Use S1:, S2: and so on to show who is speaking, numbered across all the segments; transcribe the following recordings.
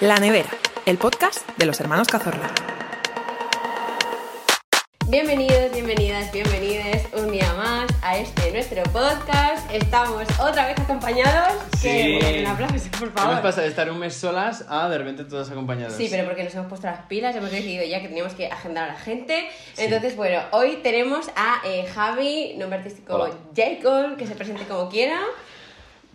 S1: La Nevera, el podcast de los hermanos Cazorla.
S2: Bienvenidos, bienvenidas, bienvenides un día más a este nuestro podcast. Estamos otra vez acompañados.
S3: Sí.
S2: Que, un aplauso, por
S3: ¿Qué nos
S2: favor.
S3: pasa de estar un mes solas a de repente todas acompañadas?
S2: Sí, pero porque nos hemos puesto las pilas, hemos decidido ya que teníamos que agendar a la gente. Entonces, bueno, hoy tenemos a eh, Javi, nombre artístico
S4: Hola.
S2: Jacob, que se presente como quiera.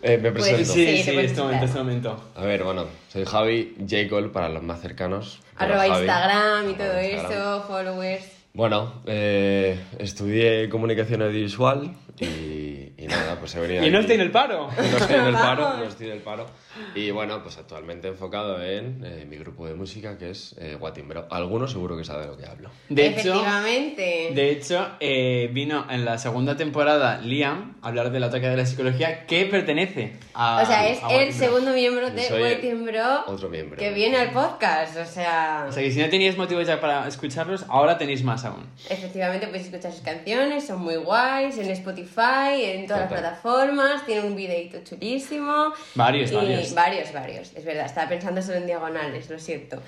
S4: Eh, me
S2: Pues-
S3: Sí,
S4: presento.
S3: sí,
S2: Sí, te
S3: sí,
S2: puedes
S3: este momento,
S2: presentar.
S3: este momento.
S4: A ver, bueno, soy Javi, J. Cole para los más cercanos. Bueno,
S2: Arroba
S4: Javi.
S2: Instagram y todo
S4: Arroba Instagram.
S2: eso, followers.
S4: Bueno, eh, estudié comunicación audiovisual y, y nada, pues he venido
S3: Y no
S4: aquí.
S3: estoy en el paro.
S4: No estoy en el paro,
S2: Vamos.
S4: no estoy en el paro. Y bueno, pues actualmente enfocado en eh, mi grupo de música que es eh, Guatimbro. Algunos seguro que sabe de lo que hablo.
S3: De hecho,
S2: Efectivamente.
S3: de hecho eh, vino en la segunda temporada Liam a hablar del ataque de la psicología que pertenece a.
S2: o sea, es
S3: a
S2: el
S3: Waiting
S2: segundo miembro de
S4: Ah, Soy
S2: Waiting Bro
S4: otro miembro.
S2: que viene al podcast. O sea,
S3: Bro. O sea, que si no teníais motivos ya para escucharlos, ahora tenéis más aún.
S2: Efectivamente, podéis escuchar sus canciones, son muy guays, en Spotify, en todas las
S4: Total.
S2: plataformas, tiene un videito chulísimo.
S3: Varios,
S2: Y-
S3: varios.
S2: Varios, varios, es verdad, estaba pensando solo en diagonales, lo siento.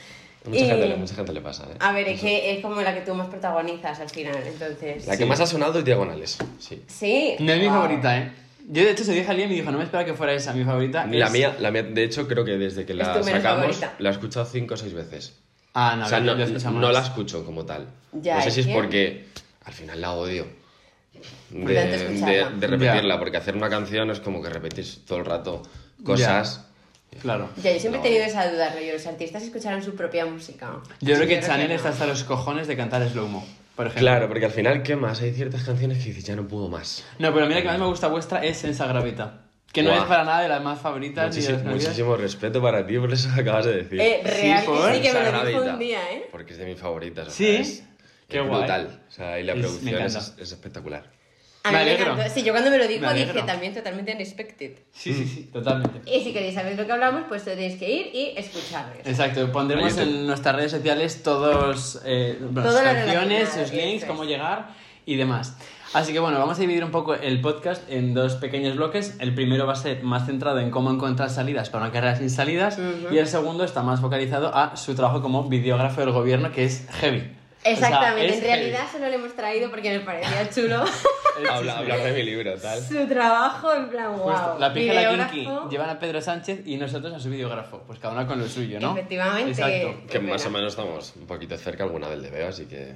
S4: Mucha,
S2: Y-
S4: gente, le- mucha gente le pasa, ¿eh?
S2: A ver, es que es como la que tú más protagonizas al final, entonces...
S4: La que más ha sonado es Diagonales, sí.
S2: Sí.
S3: No es mi
S2: wow.
S3: favorita, ¿eh? Yo de hecho se lo dije a Liam y dijo, no me esperaba que fuera esa mi favorita.
S4: La
S3: es-
S4: mía, la mía, de hecho, creo que desde que
S2: tu
S4: la
S2: menos
S4: sacamos,
S2: favorita.
S4: la he escuchado cinco o seis veces.
S3: Ah, no,
S4: o sea,
S3: la-
S4: no,
S3: la escuchamos.
S4: no la escucho como tal.
S2: Ya,
S4: no sé si
S2: es
S4: es
S2: que-
S4: porque al final la odio. De,
S2: tanto
S4: de-
S2: escucharla.
S4: de repetirla,
S3: Ya.
S4: porque hacer una canción es como que repetís todo el rato cosas.
S3: Claro.
S2: Ya, yo siempre
S4: No.
S2: he tenido esa duda, rollo, los artistas escucharon su propia música.
S3: Yo creo que
S2: Chanel
S3: Chanel está hasta los cojones de cantar slow mo, por ejemplo.
S4: Claro, porque al final, ¿qué más? Hay ciertas canciones que dices, ya no puedo más.
S3: No, pero a mí la que más me gusta vuestra es Sensa Gravita. Que no
S4: Guau.
S3: es para nada de las más favoritas ni de
S4: Muchísimo,
S3: las mejores.
S4: muchísimo respeto para ti por eso que acabas de decir.
S2: Eh, real, que
S3: por
S2: sí, que me lo dijo
S4: Sagradita,
S2: un día, ¿eh?
S4: Porque es de mis favoritas. o sea,
S3: ¿Sí?
S4: es-
S3: Qué
S4: es
S3: guay.
S4: brutal. O sea, y la
S3: Es- me
S4: producción es,
S3: encanta.
S4: es espectacular.
S2: A mí
S3: Me
S2: me
S3: alegro.
S2: encantó. Sí, yo cuando me lo dijo
S3: Me
S2: dije
S3: alegro.
S2: también totalmente unexpected.
S3: Sí,
S4: Mm.
S3: sí, sí, totalmente.
S2: Y si queréis saber lo que hablamos, pues tenéis que ir y escucharlos.
S3: Exacto, pondremos
S4: A YouTube.
S3: en nuestras redes sociales todos eh, las
S2: lo
S3: canciones,
S2: relacionado,
S3: sus links,
S2: eso es.
S3: cómo llegar y demás. Así que bueno, vamos a dividir un poco el podcast en dos pequeños bloques. El primero va a ser más centrado en cómo encontrar salidas para una carrera sin salidas y el segundo está más focalizado a su trabajo como videógrafo del gobierno, que es heavy. O sea,
S2: Exactamente,
S3: es
S2: en
S3: heavy.
S2: realidad solo le hemos traído porque nos parecía chulo
S3: El
S4: Habla,
S3: chisme.
S4: hablar de mi libro, tal.
S2: su trabajo, en plan, wow.
S3: Justo, la pija y la kinky llevan a Pedro Sánchez y nosotros a su videógrafo. Pues cada una con lo suyo, ¿no?
S2: Efectivamente.
S3: Exacto.
S4: Que más o menos estamos un poquito cerca alguna del DB, así que.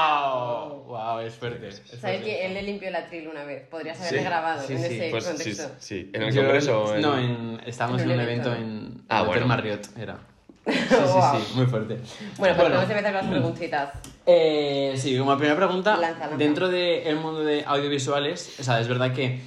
S3: ¡Wow! ¡Wow! Es fuerte. es
S2: ¿Sabes
S3: fuerte.
S2: que él le limpió la tril una vez? Podrías haberle
S4: Sí,
S2: grabado
S3: sí,
S2: en
S3: sí,
S2: ese
S4: Pues sí,
S2: contexto.
S4: sí. ¿En el
S3: Yo-
S4: Congreso o en.?
S3: No, en, estábamos
S2: en
S3: en
S2: un
S3: un
S2: evento.
S3: evento en
S4: Ah,
S3: el Hotel
S4: bueno.
S3: Marriott, era. Sí, sí, Mm. sí, muy fuerte.
S2: Bueno, pues vamos a empezar con las preguntitas.
S3: Eh, sí, como primera pregunta,
S2: Lanza, lanza.
S3: dentro del mundo de audiovisuales, o sea, es verdad que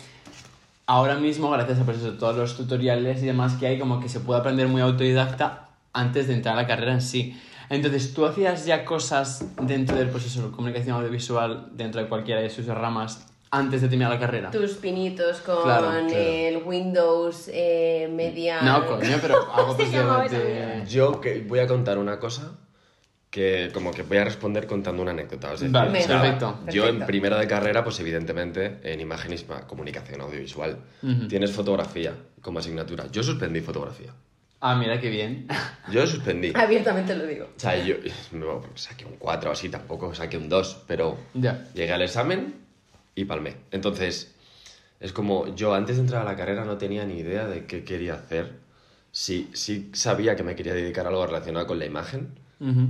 S3: ahora mismo, gracias a pues eso, todos los tutoriales y demás que hay, como que se puede aprender muy autodidacta antes de entrar a la carrera en sí. Entonces, ¿tú hacías ya cosas dentro del proceso de comunicación audiovisual, dentro de cualquiera de sus ramas, antes de terminar la carrera?
S2: Tus pinitos con
S3: Claro, claro.
S2: el Windows eh, Media...
S3: No, coño, pero algo
S2: Se
S3: pues de-
S2: llamaba esa
S3: de-
S2: mierda.
S4: Yo que voy a contar una cosa que como que voy a responder contando una anécdota. Es decir,
S3: Vale,
S4: o sea,
S2: Venga,
S3: perfecto.
S4: Yo en
S2: perfecto.
S4: primera de carrera, pues evidentemente en imagen y ma- comunicación audiovisual. Tienes fotografía como asignatura. Yo suspendí fotografía.
S3: Ah, mira, qué bien.
S4: Yo suspendí.
S2: Abiertamente lo digo.
S4: O sea, yo no, saqué un 4 así, tampoco saqué un 2, pero
S3: Ya.
S4: llegué al examen y palmé. Entonces, es como yo antes de entrar a la carrera no tenía ni idea de qué quería hacer. Sí, sí sabía que me quería dedicar a algo relacionado con la imagen,
S3: Ujú.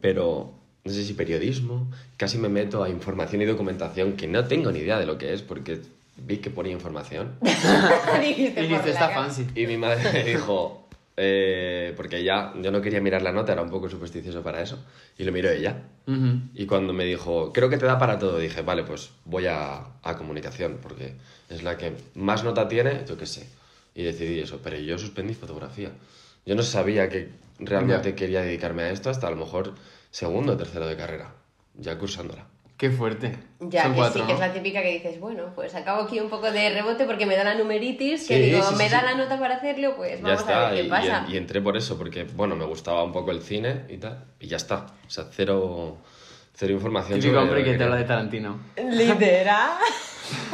S4: pero no sé si periodismo, casi me meto a información y documentación que no tengo ni idea de lo que es porque vi que ponía información.
S2: Dijiste,
S3: Y
S2: por
S3: dice,
S2: la
S3: está
S2: cara".
S3: fancy.
S4: Y mi madre me dijo, eh, porque ya yo no quería mirar la nota, era un poco supersticioso para eso, y lo miró ella.
S3: Ujú.
S4: Y cuando me dijo, creo que te da para todo, dije, vale, pues voy a, a comunicación, porque es la que más nota tiene, yo qué sé. Y decidí eso, pero yo suspendí fotografía. Yo no sabía que realmente
S3: Ya.
S4: quería dedicarme a esto hasta a lo mejor segundo o tercero de carrera, ya cursándola.
S3: Qué fuerte.
S2: Ya,
S3: Son
S2: que
S3: cuatro,
S2: sí, que
S3: ¿no?
S2: es la típica que dices, bueno, pues acabo aquí un poco de rebote porque me da la numeritis, que
S4: Sí,
S2: digo,
S4: sí,
S2: me
S4: sí,
S2: da
S4: sí.
S2: la nota para hacerlo, pues
S4: ya
S2: vamos
S4: está,
S2: a ver
S4: y-
S2: qué
S4: y,
S2: pasa.
S4: y entré por eso, porque, bueno, me gustaba un poco el cine y tal, y ya está. O sea, cero, cero información.
S3: Típico
S4: sobre
S3: hombre
S4: lo
S3: que te
S4: quería.
S3: habla de Tarantino.
S2: ¿Lidera?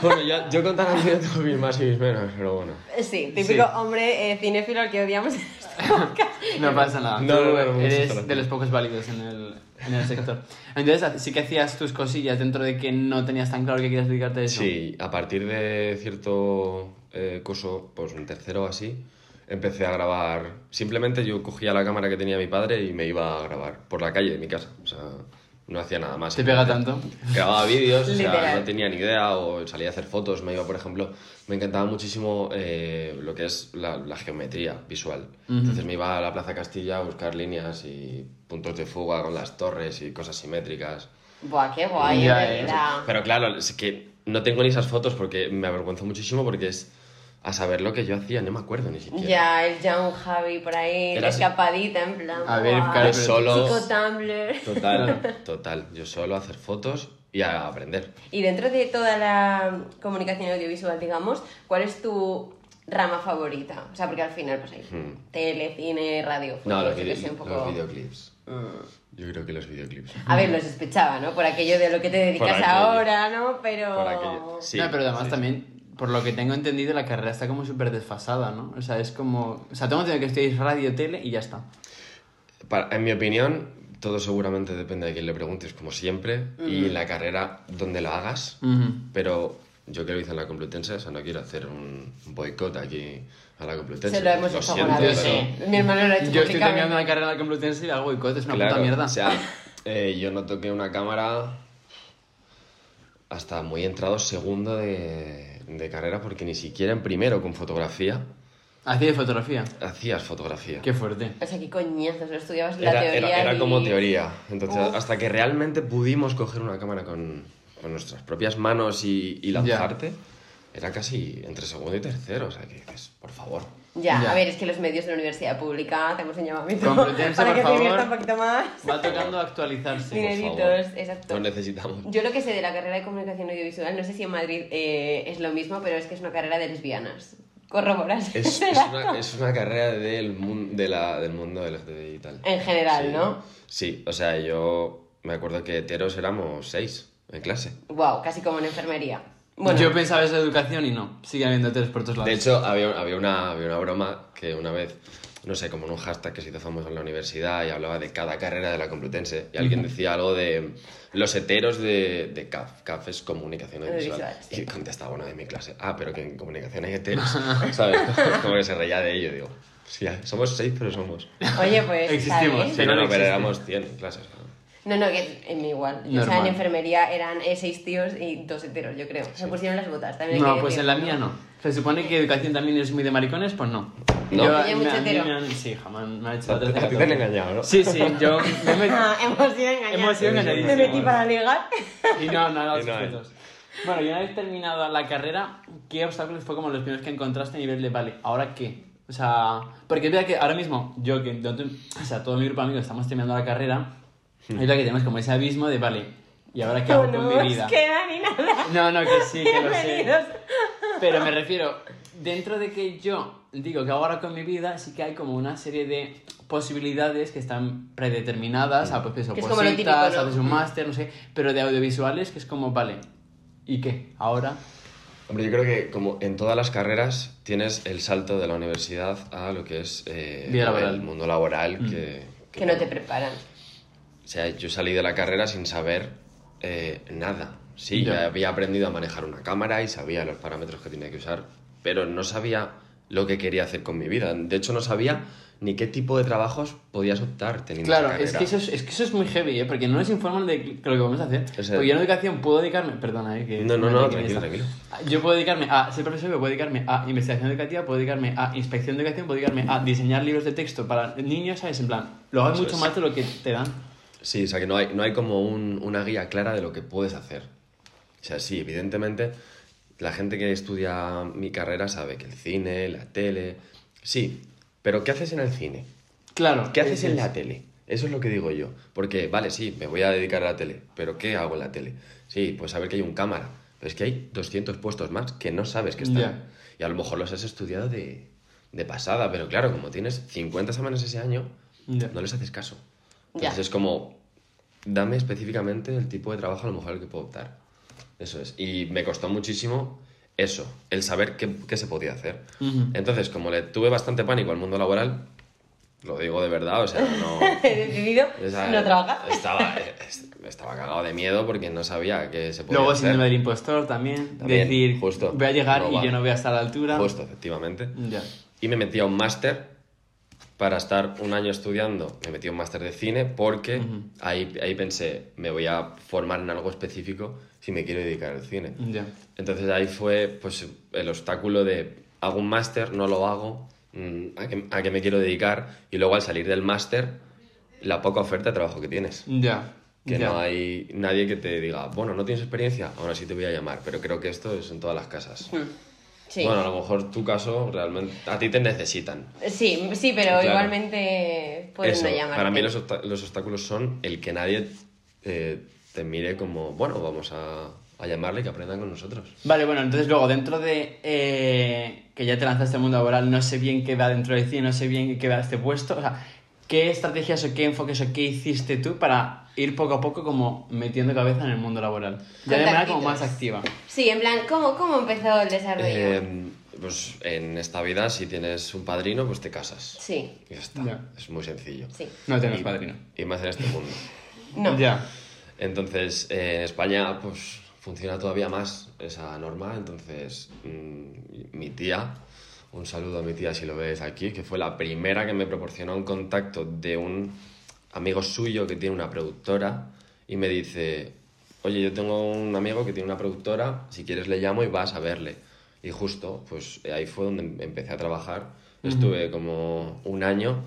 S4: Bueno, yo, yo contar mis mis más y mis menos, pero bueno.
S2: Sí, típico
S3: Sí.
S2: hombre eh, cinéfilo al que odiamos en este
S3: No pasa nada.
S4: No, no, no, no,
S3: Tú
S4: no,
S3: eres
S4: no, no.
S3: de los pocos válidos en el, en el sector. Entonces, sí que hacías tus cosillas dentro de que no tenías tan claro que querías dedicarte a eso.
S4: Sí, a partir de cierto eh, coso, pues un tercero o así, empecé a grabar. Simplemente yo cogía la cámara que tenía mi padre y me iba a grabar por la calle de mi casa. O sea, no hacía nada más.
S3: ¿Te pega tanto?
S4: Grababa vídeos, o sea,
S2: Literal.
S4: no tenía ni idea, o salía a hacer fotos, me iba, por ejemplo, me encantaba muchísimo eh, lo que es la, la geometría visual. Entonces me iba a la Plaza Castilla a buscar líneas y puntos de fuga con las torres y cosas simétricas.
S2: Buah, qué guay,
S3: Ya,
S2: en
S3: eh.
S2: verdad.
S4: Pero claro, es que no tengo ni esas fotos porque me avergüenzo muchísimo porque es a saber lo que yo hacía, no me acuerdo ni siquiera.
S2: Ya, el Young Javi por ahí,
S4: Era
S2: la
S4: así.
S2: escapadita, en plan.
S3: A ver,
S2: buah,
S3: claro,
S4: Yo
S3: pero-
S4: solo,
S2: Chico Tumblr.
S4: total, total, yo solo a hacer fotos y a aprender.
S2: Y dentro de toda la comunicación audiovisual, digamos, ¿cuál es tu rama favorita? O sea, porque al final, pues hay tele, cine, radio.
S4: Hmm. No,
S2: fútbol,
S4: los,
S2: yo
S4: vide-
S2: que sé, un poco- Mm.
S4: los videoclips. Yo creo que los videoclips.
S2: A ver, lo sospechaba, ¿no? Por aquello de lo que te dedicas
S4: aquello.
S2: ahora, ¿no? Pero...
S4: Por aquello. Sí,
S3: No, pero además
S4: sí.
S3: también, por lo que tengo entendido, la carrera está como súper desfasada, ¿no? O sea, es como... O sea, tengo entendido que estudiáis radio, tele y ya está.
S4: Para- en mi opinión, todo seguramente depende de quién le preguntes, como siempre,
S2: Mm.
S4: y la carrera donde la hagas.
S3: Ujú.
S4: Pero yo que lo hice en la Complutense, o sea, no quiero hacer un boicot aquí a la Complutense.
S2: Se lo hemos hecho alguna
S4: siento,
S2: vez,
S4: pero-
S2: ¿eh? Mi hermano lo ha hecho ¿eh?
S3: Yo estoy
S2: públicamente.
S3: terminando la carrera de la Complutense y la hago boicot, es una
S4: Claro,
S3: puta mierda.
S4: O sea, eh, yo no toqué una cámara hasta muy entrado segundo de, de carrera, porque ni siquiera en primero con fotografía
S3: Hacía de fotografía.
S4: hacías fotografía.
S3: Qué fuerte.
S2: O sea, qué coñazos, lo estudiabas la
S4: Era, era-
S2: teoría
S4: era
S2: y-
S4: como teoría. Entonces,
S2: Uf.
S4: hasta que realmente pudimos coger una cámara con, con nuestras propias manos y, y lanzarte, era casi entre segundo y tercero. O sea, que dices, por favor.
S2: Ya,
S3: Ya.
S2: a ver, es que los medios de la universidad pública hacemos un llamamiento
S3: Complutense,
S2: para
S3: por
S2: que
S3: favor.
S2: te diviertan un poquito más.
S3: Va tocando actualizarse.
S4: por favor,
S2: Dineritos, exacto.
S4: Lo necesitamos.
S2: Yo lo que sé de la carrera de comunicación audiovisual, no sé si en Madrid eh, es lo mismo, pero es que es una carrera de lesbianas. Corroboras.
S4: Es, es una, es una carrera del, mun- de la- del mundo del LGBT y tal.
S2: En general,
S4: Sí.
S2: ¿no?
S4: Sí, o sea, yo me acuerdo que heteros éramos seis en clase.
S2: Wow, casi como en enfermería. Bueno,
S3: Yo pensaba eso de educación y no. Sigue habiendo tres por todos lados.
S4: De hecho, había, había, una, había una broma que una vez, no sé, como en un hashtag que se hizo famoso en la universidad y hablaba de cada carrera de la Complutense. Y alguien decía algo de los heteros de, de CAF. CAF es comunicación audiovisual.
S2: Audiovisual, sí.
S4: Y contestaba una de mi clase, ah, pero que en comunicación hay heteros. ¿Sabes? Como que se reía de ello. Digo, sí, somos seis, pero somos.
S2: oye, pues.
S3: Existimos.
S2: ¿sabes?
S3: Sí,
S4: Pero
S3: no
S4: no, pero
S3: existe.
S4: éramos 100 en clase. o sea.
S2: No, no, que en mi igual. O sea,
S3: Normal.
S2: en enfermería eran eh, seis tíos y dos heteros, yo creo. Se pusieron las botas también. hay
S3: No,
S2: que
S3: pues en
S2: decirlo.
S3: la mía no. Se supone que educación también es muy de maricones, pues no.
S4: No.
S3: Yo,
S2: Oye, mucho
S3: a mí
S2: hetero.
S3: me han- sí, jamás me han hecho
S4: A
S3: la
S4: ti
S3: tercera
S4: a ti te han
S3: categoría.
S4: engañado, ¿no?
S3: Sí, sí, yo me metí.
S2: Ah, hemos sido engañados.
S3: Hemos sido
S2: Me
S3: engañadísimos.
S2: metí para ligar.
S3: Y no, nada,
S4: Y no hay.
S3: fotos. Bueno, y una vez terminada la carrera, ¿qué obstáculos fue como los primeros que encontraste a nivel de, vale, ¿ahora qué? O sea, porque es verdad que ahora mismo, yo que, no te- o sea, todo mi grupo de amigos estamos terminando la carrera,
S4: Hmm.
S3: es verdad que tenemos como ese abismo de, vale, ¿y ahora qué hago
S2: no
S3: con
S2: nos
S3: mi vida?
S2: queda ni nada.
S3: No, no, que sí, que lo sé.
S2: Bienvenidos.
S3: Pero me refiero, dentro de que yo digo que ahora con mi vida, sí que hay como una serie de posibilidades que están predeterminadas, a pues eso,
S2: Que es como lo típico,
S3: cositas,
S2: ¿no?
S3: haces un máster, no sé, pero de audiovisuales que es como, vale, ¿y qué? Ahora,
S4: Hombre, yo creo que como en todas las carreras tienes el salto de la universidad a lo que es eh,
S3: Vida laboral. Mm.
S4: el mundo laboral que,
S2: Que no te preparan.
S4: O sea, yo salí de la carrera sin saber eh, nada. Sí,
S3: Ya.
S4: ya había aprendido a manejar una cámara y sabía los parámetros que tenía que usar, pero no sabía lo que quería hacer con mi vida. De hecho, no sabía ni qué tipo de trabajos podías optar teniendo
S3: claro,
S4: esa
S3: es
S4: carrera.
S3: que, eso es, es que eso es muy heavy, ¿eh? porque no nos informan de lo que vamos a hacer.
S4: O sea-
S3: porque yo en educación puedo dedicarme, perdona, ¿eh? que
S4: No, no,
S3: me
S4: no,
S3: meto en
S4: tranquilo,
S3: esta.
S4: tranquilo.
S3: Yo puedo dedicarme a ser profesor, pero puedo dedicarme a investigación educativa, puedo dedicarme a inspección de educación, puedo dedicarme a diseñar libros de texto para niños, ¿sabes? En plan, lo hago
S4: Eso
S3: mucho
S4: es.
S3: más de lo que te dan.
S4: Sí, o sea que no hay, no hay como un- una guía clara de lo que puedes hacer. O sea, sí, evidentemente, la gente que estudia mi carrera sabe que el cine, la tele. Sí, pero ¿qué haces en el cine?
S3: Claro.
S4: ¿Qué haces en
S3: Pues es-
S4: la tele? Eso es lo que digo yo. Porque, vale, sí, me voy a dedicar a la tele, pero ¿qué hago en la tele? Sí, pues saber que hay un cámara. Pero es que hay 200 puestos más que no sabes que están.
S3: Ya.
S4: Y a lo mejor los has estudiado de, de pasada, pero claro, como tienes 50 semanas ese año,
S3: Ya.
S4: no les haces caso.
S2: Ya.
S4: Entonces es como, dame específicamente el tipo de trabajo a lo mejor al que puedo optar. Eso es. Y me costó muchísimo eso, el saber qué, qué se podía hacer. Entonces, como le tuve bastante pánico al mundo laboral, Lo digo de verdad, o sea, no...
S2: He decidido
S4: o sea,
S2: no trabajar.
S4: Estaba, es- estaba cagado de miedo porque no sabía que se podía
S3: Luego
S4: hacer.
S3: síndrome del impostor también.
S4: También,
S3: decir,
S4: justo.
S3: voy a llegar
S4: No
S3: y
S4: va.
S3: yo no voy a estar a la altura.
S4: Justo, efectivamente.
S3: Ya.
S4: Y me metí a un máster para estar un año estudiando. Me metí a un máster de cine porque ahí, ahí pensé, me voy a formar en algo específico si me quiero dedicar al cine.
S3: Ya.
S4: Entonces ahí fue pues, el obstáculo de hago un máster, no lo hago, mm, ¿a qué, a qué me quiero dedicar? Y luego al salir del máster, la poca oferta de trabajo que tienes.
S3: Ya.
S4: Que
S3: ya.
S4: no hay nadie que te diga, bueno, no tienes experiencia, ahora sí te voy a llamar, pero creo que esto es en todas las casas.
S2: Sí.
S4: Bueno, a lo mejor tu caso realmente a ti te necesitan.
S2: sí, sí, pero
S4: Claro.
S2: igualmente pueden
S4: Eso,
S2: no llamarte.
S4: para mí los, obsta- los obstáculos son el que nadie eh, te mire como, bueno, vamos a, a llamarle y que aprendan con nosotros.
S3: Vale, bueno, entonces luego dentro de eh, que ya te lanzaste al mundo laboral, no sé bien qué va dentro de ti, no sé bien qué va este puesto, o sea, ¿qué estrategias o qué enfoques o qué hiciste tú para ir poco a poco como metiendo cabeza en el mundo laboral? Ya de manera como más
S2: Contactitos.
S3: activa.
S2: Sí, en plan, ¿cómo, cómo empezó el desarrollo?
S4: Eh, pues en esta vida, si tienes un padrino, pues te casas.
S2: sí,
S4: Y ya está.
S3: Ya.
S4: Es muy sencillo.
S2: sí.
S3: No tenemos
S4: Y-
S3: padrino.
S4: Y más en este mundo.
S2: No.
S3: Ya.
S4: Entonces, eh, en España, pues funciona todavía más esa norma. Entonces, mm, mi tía, un saludo a mi tía si lo ves aquí, que fue la primera que me proporcionó un contacto de un amigo suyo que tiene una productora y me dice, oye, yo tengo un amigo que tiene una productora, si quieres le llamo y vas a verle. Y justo, pues eh, ahí fue donde em- empecé a trabajar. Estuve como un año,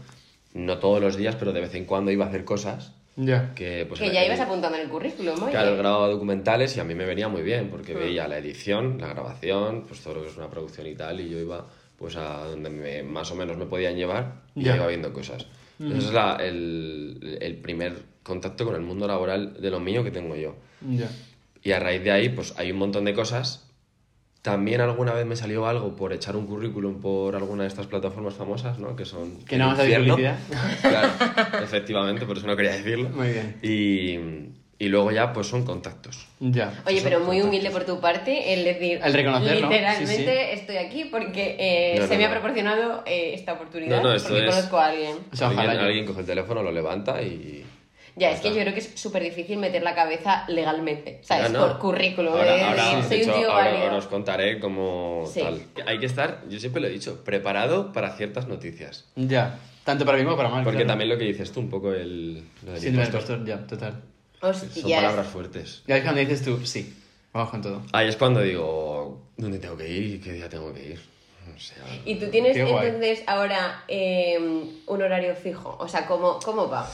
S4: no todos los días, pero de vez en cuando iba a hacer cosas.
S3: Ya.
S4: Que, pues,
S2: que
S4: en-
S2: ya ibas
S4: en-
S2: apuntando en el currículum, oye.
S4: Claro, grababa documentales y a mí me venía muy bien porque veía la edición, la grabación, pues todo lo que es una producción y tal, y yo iba pues a donde me- más o menos me podían llevar y
S3: Ya.
S4: iba viendo cosas. Ese es la- el, el primer contacto con el mundo laboral de lo mío que tengo yo.
S3: Ya.
S4: Y a raíz de ahí, pues hay un montón de cosas. También alguna vez me salió algo por echar un currículum por alguna de estas plataformas famosas, ¿no? Que son...
S3: Que no
S4: el
S3: vas a decir
S4: infierno.
S3: publicidad.
S4: Claro, efectivamente, por eso no quería decirlo.
S3: Muy bien.
S4: Y, y luego ya, pues son contactos.
S3: Ya.
S2: Oye, pero muy humilde por tu parte el decir,
S3: El reconocerlo,
S2: literalmente
S3: sí, sí.
S2: estoy aquí porque eh,
S4: No, no,
S2: se me ha
S4: no.
S2: proporcionado eh, esta oportunidad
S4: No, no, esto
S2: porque
S4: es-
S2: conozco a alguien.
S3: O sea,
S4: alguien,
S3: ojalá yo.
S4: alguien coge el teléfono, lo levanta y...
S2: Ya, es que
S4: está.
S2: yo creo que es súper difícil meter la cabeza legalmente, ¿sabes?
S4: Ya, no.
S2: Por currículum,
S4: Ahora,
S2: de
S4: ahora,
S2: decir,
S4: os
S2: soy
S4: he dicho-
S2: un tío
S4: ahora-
S2: válido.
S4: ahora os contaré cómo
S2: Sí.
S4: tal. Hay que estar, yo siempre lo he dicho, preparado para ciertas noticias.
S3: Ya. Tanto para bien como para mal.
S4: Porque
S3: Ah, claro.
S4: también lo que dices tú, un poco el... lo
S3: Síndrome
S4: del
S3: del
S4: impostor.
S3: impostor, ya, total.
S2: Hostia,
S4: Son palabras fuertes.
S3: Y ahí es cuando dices tú, sí, vamos con todo.
S4: Ahí es cuando digo, ¿dónde tengo que ir y qué día tengo que ir? O sea,
S2: Y tú tienes
S3: Qué guay.
S2: entonces ahora eh, un horario fijo. O sea, ¿cómo, cómo va?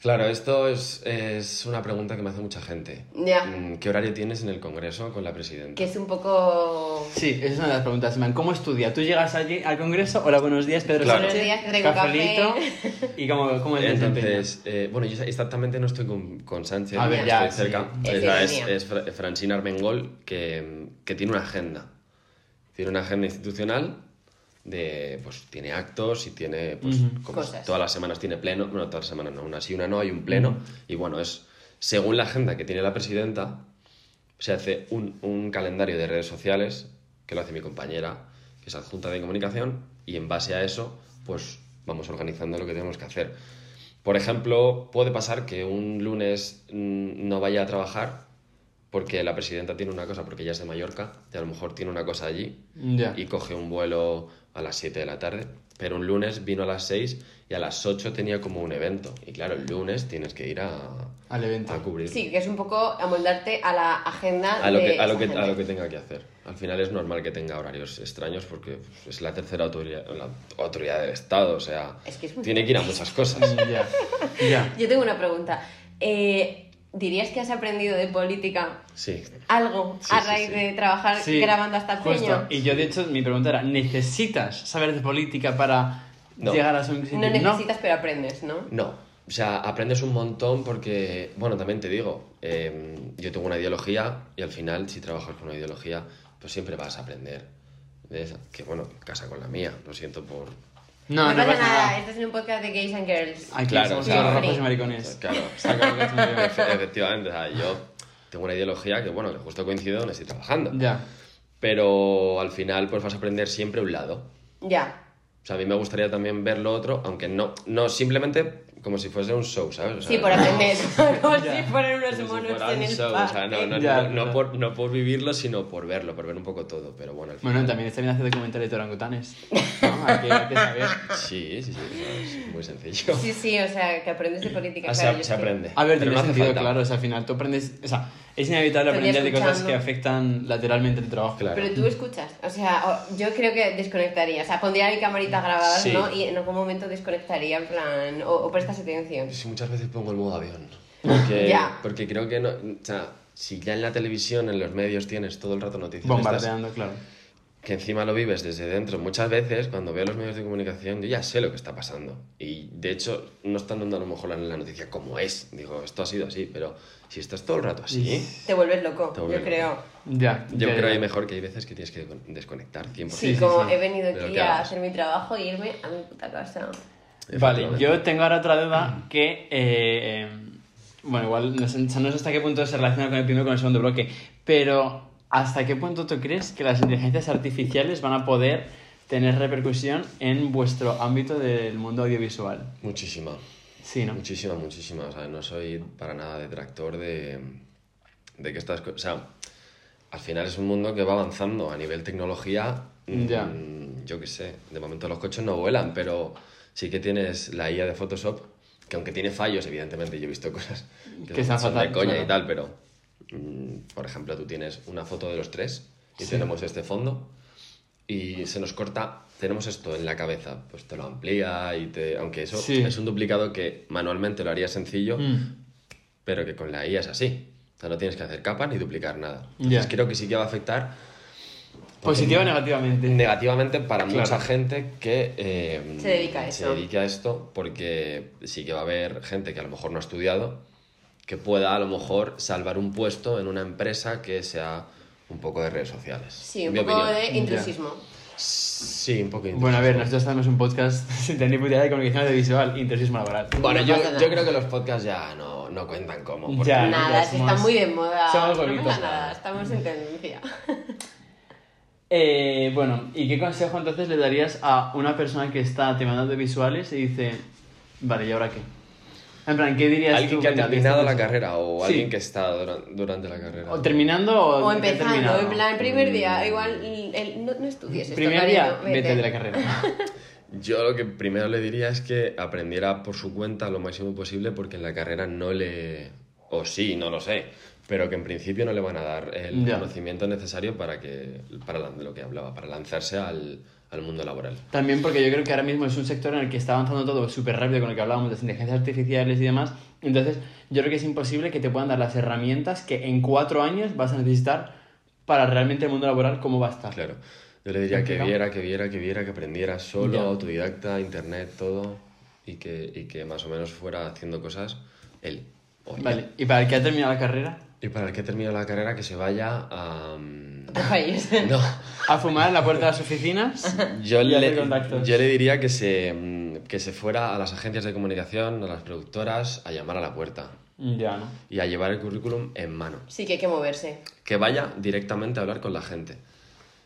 S4: Claro, esto es, es una pregunta que me hace mucha gente.
S2: Ya.
S4: Mm, ¿Qué horario tienes en el Congreso con la presidenta?
S2: Que es un poco.
S3: Sí, esa es una de las preguntas, man. ¿Cómo estudia? ¿Tú llegas allí al Congreso? Hola, buenos días, Pedro
S4: Claro.
S3: Sánchez.
S2: Buenos días, te traigo
S3: cafelito.
S2: café.
S3: ¿Y cómo, cómo es el desempeño?
S4: Entonces, eh, bueno, yo exactamente no estoy con, con Sánchez,
S3: A ver,
S4: estoy
S3: ya,
S4: cerca.
S2: sí.
S4: Es,
S2: Es
S4: la- es-
S2: ironía.
S4: es Fra- Francina Armengol que, que tiene una agenda. Tiene una agenda institucional de, pues, tiene actos y tiene, pues, como
S2: Cosas.
S4: todas las semanas tiene pleno, bueno, todas las semanas no, una sí, una no, hay un pleno. Y bueno, es según la agenda que tiene la presidenta, se hace un, un calendario de redes sociales que lo hace mi compañera, que es adjunta de comunicación, y en base a eso, pues vamos organizando lo que tenemos que hacer. Por ejemplo, puede pasar que un lunes mm, no vaya a trabajar porque la presidenta tiene una cosa, porque ella es de Mallorca, y a lo mejor tiene una cosa allí,
S3: Ya.
S4: y coge un vuelo a las 7 de la tarde. Pero un lunes vino a las 6 y a las 8 tenía como un evento. Y claro, el lunes tienes que ir a,
S3: Al evento.
S4: a cubrir
S2: Sí, que es un poco amoldarte a la agenda
S4: a lo,
S2: de
S4: que, a,
S2: esa
S4: lo que, a
S2: gente.
S4: lo que tenga que hacer. Al final es normal que tenga horarios extraños porque pues, es la tercera autoridad, la autoridad del Estado, o sea,
S2: Es que es muy
S4: tiene que ir a muchas cosas.
S3: Ya. Ya.
S2: Yo tengo una pregunta. Eh, ¿Dirías que has aprendido de política
S4: Sí.
S2: algo
S4: Sí,
S2: a
S4: sí,
S2: raíz
S4: sí.
S2: de trabajar
S3: Sí,
S2: grabando hasta
S3: justo.
S2: peña?
S3: Y yo, de hecho, mi pregunta era, ¿necesitas saber de política para
S4: No.
S3: llegar a su
S2: No necesitas, pero aprendes, ¿no?
S4: No, o sea, aprendes un montón porque, bueno, también te digo, eh, yo tengo una ideología y al final si trabajas con una ideología, pues siempre vas a aprender de esa. Que bueno, casa con la mía, lo siento por...
S3: No, no, pasa nada.
S2: Estás en Este un podcast de gays and girls.
S3: Aquí
S4: Claro,
S3: somos
S4: o sea,
S3: todos rojos y
S2: sí.
S3: maricones.
S4: Claro,
S3: Saca lo que has tenido.
S4: efe- efectivamente, o sea, yo tengo una ideología que, bueno, que justo coincido donde estoy trabajando.
S3: Ya.
S4: pero al final pues vas a aprender siempre un lado.
S2: Ya.
S4: O sea, a mí me gustaría también ver lo otro, aunque no, no simplemente como si fuese un show, ¿sabes? O sea,
S2: Sí, por aprender. Como si fueran
S4: como
S2: unos
S4: si
S2: monos
S4: fuera
S2: en
S4: un
S2: el
S4: show, o
S2: parque.
S4: sea, no, no,
S3: Ya,
S4: no- no
S3: claro.
S4: por, no por vivirlo, sino por verlo, por ver un poco todo, pero bueno, al final...
S3: Bueno, también está bien hacer documentales de orangutanes. ¿no? Hay, que, hay que saber.
S4: Sí, sí, sí, es muy sencillo.
S2: Sí, sí, o sea, que aprendes de política.
S4: Ah, se-
S2: claro, yo
S4: se
S2: es que-
S4: aprende.
S3: A ver,
S4: Pero
S3: tiene
S4: no hace
S3: sentido,
S4: falta.
S3: claro. O sea, al final tú aprendes. O sea, es inevitable
S2: Estoy
S3: aprender de cosas que
S2: escuchando.
S3: afectan lateralmente el trabajo.
S4: Claro.
S2: Pero tú escuchas, o sea, o- yo creo que desconectaría, o sea, pondría mi camarita grabada,
S4: Sí.
S2: ¿no? Y en algún momento desconectaría, en plan, o, o prestas atención.
S4: Sí, muchas veces pongo el modo avión. Porque,
S2: Ya.
S4: porque creo que no. O sea, si ya en la televisión, en los medios tienes todo el rato noticias. de estas,
S3: Bombardeando, claro.
S4: que encima lo vives desde dentro. Muchas veces, cuando veo los medios de comunicación, yo ya sé lo que está pasando. Y de hecho, no están dando a lo mejor la- la noticia como es. Digo, esto ha sido así, pero si estás todo el rato así.
S2: Te vuelves loco,
S4: Te vuelves
S2: yo creo.
S3: Ya.
S4: ¿Ah, Yo
S3: ya,
S4: creo
S3: ya.
S4: que mejor que hay veces que tienes que desconectar 100%.
S2: Sí,
S3: Sí, sí,
S2: como
S3: sí.
S2: he venido
S4: Pero
S2: aquí
S4: ¿qué
S2: a
S4: haces?
S2: hacer mi trabajo e irme a mi puta casa.
S3: Vale, yo tengo ahora otra duda
S4: Mm.
S3: que. eh, em, bueno, igual no sé, no sé hasta qué punto se relaciona con el primero y con el segundo bloque, pero ¿hasta qué punto tú crees que las inteligencias artificiales van a poder tener repercusión en vuestro ámbito del mundo audiovisual?
S4: Muchísima.
S3: Sí, ¿no?
S4: Muchísima, muchísima. O sea, no soy para nada detractor de, de que estas cosas. O sea, al final es un mundo que va avanzando a nivel tecnología. mm,
S3: Ya.
S4: Yo qué sé. De momento los coches no vuelan, pero sí que tienes la IA de Photoshop, que aunque tiene fallos, evidentemente, yo he visto cosas que,
S3: Que
S4: son,
S3: están
S4: son de
S3: fatal,
S4: coña
S3: claro.
S4: y tal, pero. mm, por ejemplo, tú tienes una foto de los tres y tenemos este fondo y se nos corta, tenemos esto en la cabeza, pues te lo amplía y te... Aunque eso
S3: Sí.
S4: es un duplicado que manualmente lo haría sencillo,
S3: Mm,
S4: pero que con la IA es así. O sea, no tienes que hacer capa ni duplicar nada.
S3: Ya.
S4: Entonces creo que sí que va a afectar
S3: Positivo o negativamente.
S4: negativamente para
S3: Claro.
S4: mucha gente que eh,
S2: Se dedica a
S4: se
S2: eso.
S4: dedique a esto, porque sí que va a haber gente que a lo mejor no ha estudiado, que pueda a lo mejor salvar un puesto en una empresa que sea un poco de redes sociales.
S2: Sí, un
S4: Mi
S2: poco
S4: opinión.
S2: de intrusismo.
S4: Sí, un poco de
S3: Bueno, a ver,
S4: intrusismo.
S3: nosotros tenemos un podcast sin tener ni puta idea de comunicación audiovisual, intersismo laboral.
S4: Bueno,
S2: No
S4: yo,
S2: pasa nada.
S4: yo creo que los podcasts ya no, no cuentan como. porque-
S3: Ya.
S2: Nada,
S3: somos-
S2: si está muy de moda.
S3: somos
S2: no
S3: bonitos.
S2: pasa nada, estamos en tendencia.
S3: Eh, bueno, ¿y qué consejo entonces le darías a una persona que está te mandando visuales y dice, vale, ¿y ahora qué? En plan, ¿qué dirías
S4: Alguien
S3: tú
S4: que ha
S3: cuando
S4: terminado la
S3: empiezas?
S4: carrera o
S3: Sí.
S4: alguien que está duran- durante la carrera.
S3: O terminando
S4: Oh,
S3: o,
S2: O
S3: que ha
S2: empezando,
S3: terminado?
S2: en plan, primer
S4: Mm.
S2: día, igual, el- el- no, no estudies esto,
S3: Primer
S2: cariño,
S3: día, vete. de la carrera.
S4: Yo lo que primero le diría es que aprendiera por su cuenta lo máximo posible porque en la carrera no le... o sí, no lo sé, pero que en principio no le van a dar el
S3: Ya.
S4: conocimiento necesario para que para la- de lo que hablaba, para lanzarse al, al mundo laboral.
S3: También porque yo creo que ahora mismo es un sector en el que está avanzando todo súper rápido con el que hablábamos de las inteligencias artificiales y demás. Entonces, yo creo que es imposible que te puedan dar las herramientas que en cuatro años vas a necesitar para realmente el mundo laboral cómo va a estar.
S4: Claro. Yo le diría que
S3: Complicado.
S4: viera, que viera, que viera, que aprendiera solo,
S3: Ya.
S4: autodidacta, internet, todo, y que, y que más o menos fuera haciendo cosas él. o ella.
S3: Vale, ¿y para el que ha terminado la carrera?
S4: Y para el que termine la carrera, que se vaya a... mm,
S2: carrera.
S4: No,
S3: ¿A fumar en la puerta de las oficinas?
S4: yo
S3: Y hacer
S4: le,
S3: contactos.
S4: yo le diría que se, mm, que se fuera a las agencias de comunicación, a las productoras, a llamar a la puerta
S3: Ya, ¿no?
S4: y a llevar el currículum en mano.
S2: Sí que hay que moverse.
S4: Que vaya directamente a hablar con la gente.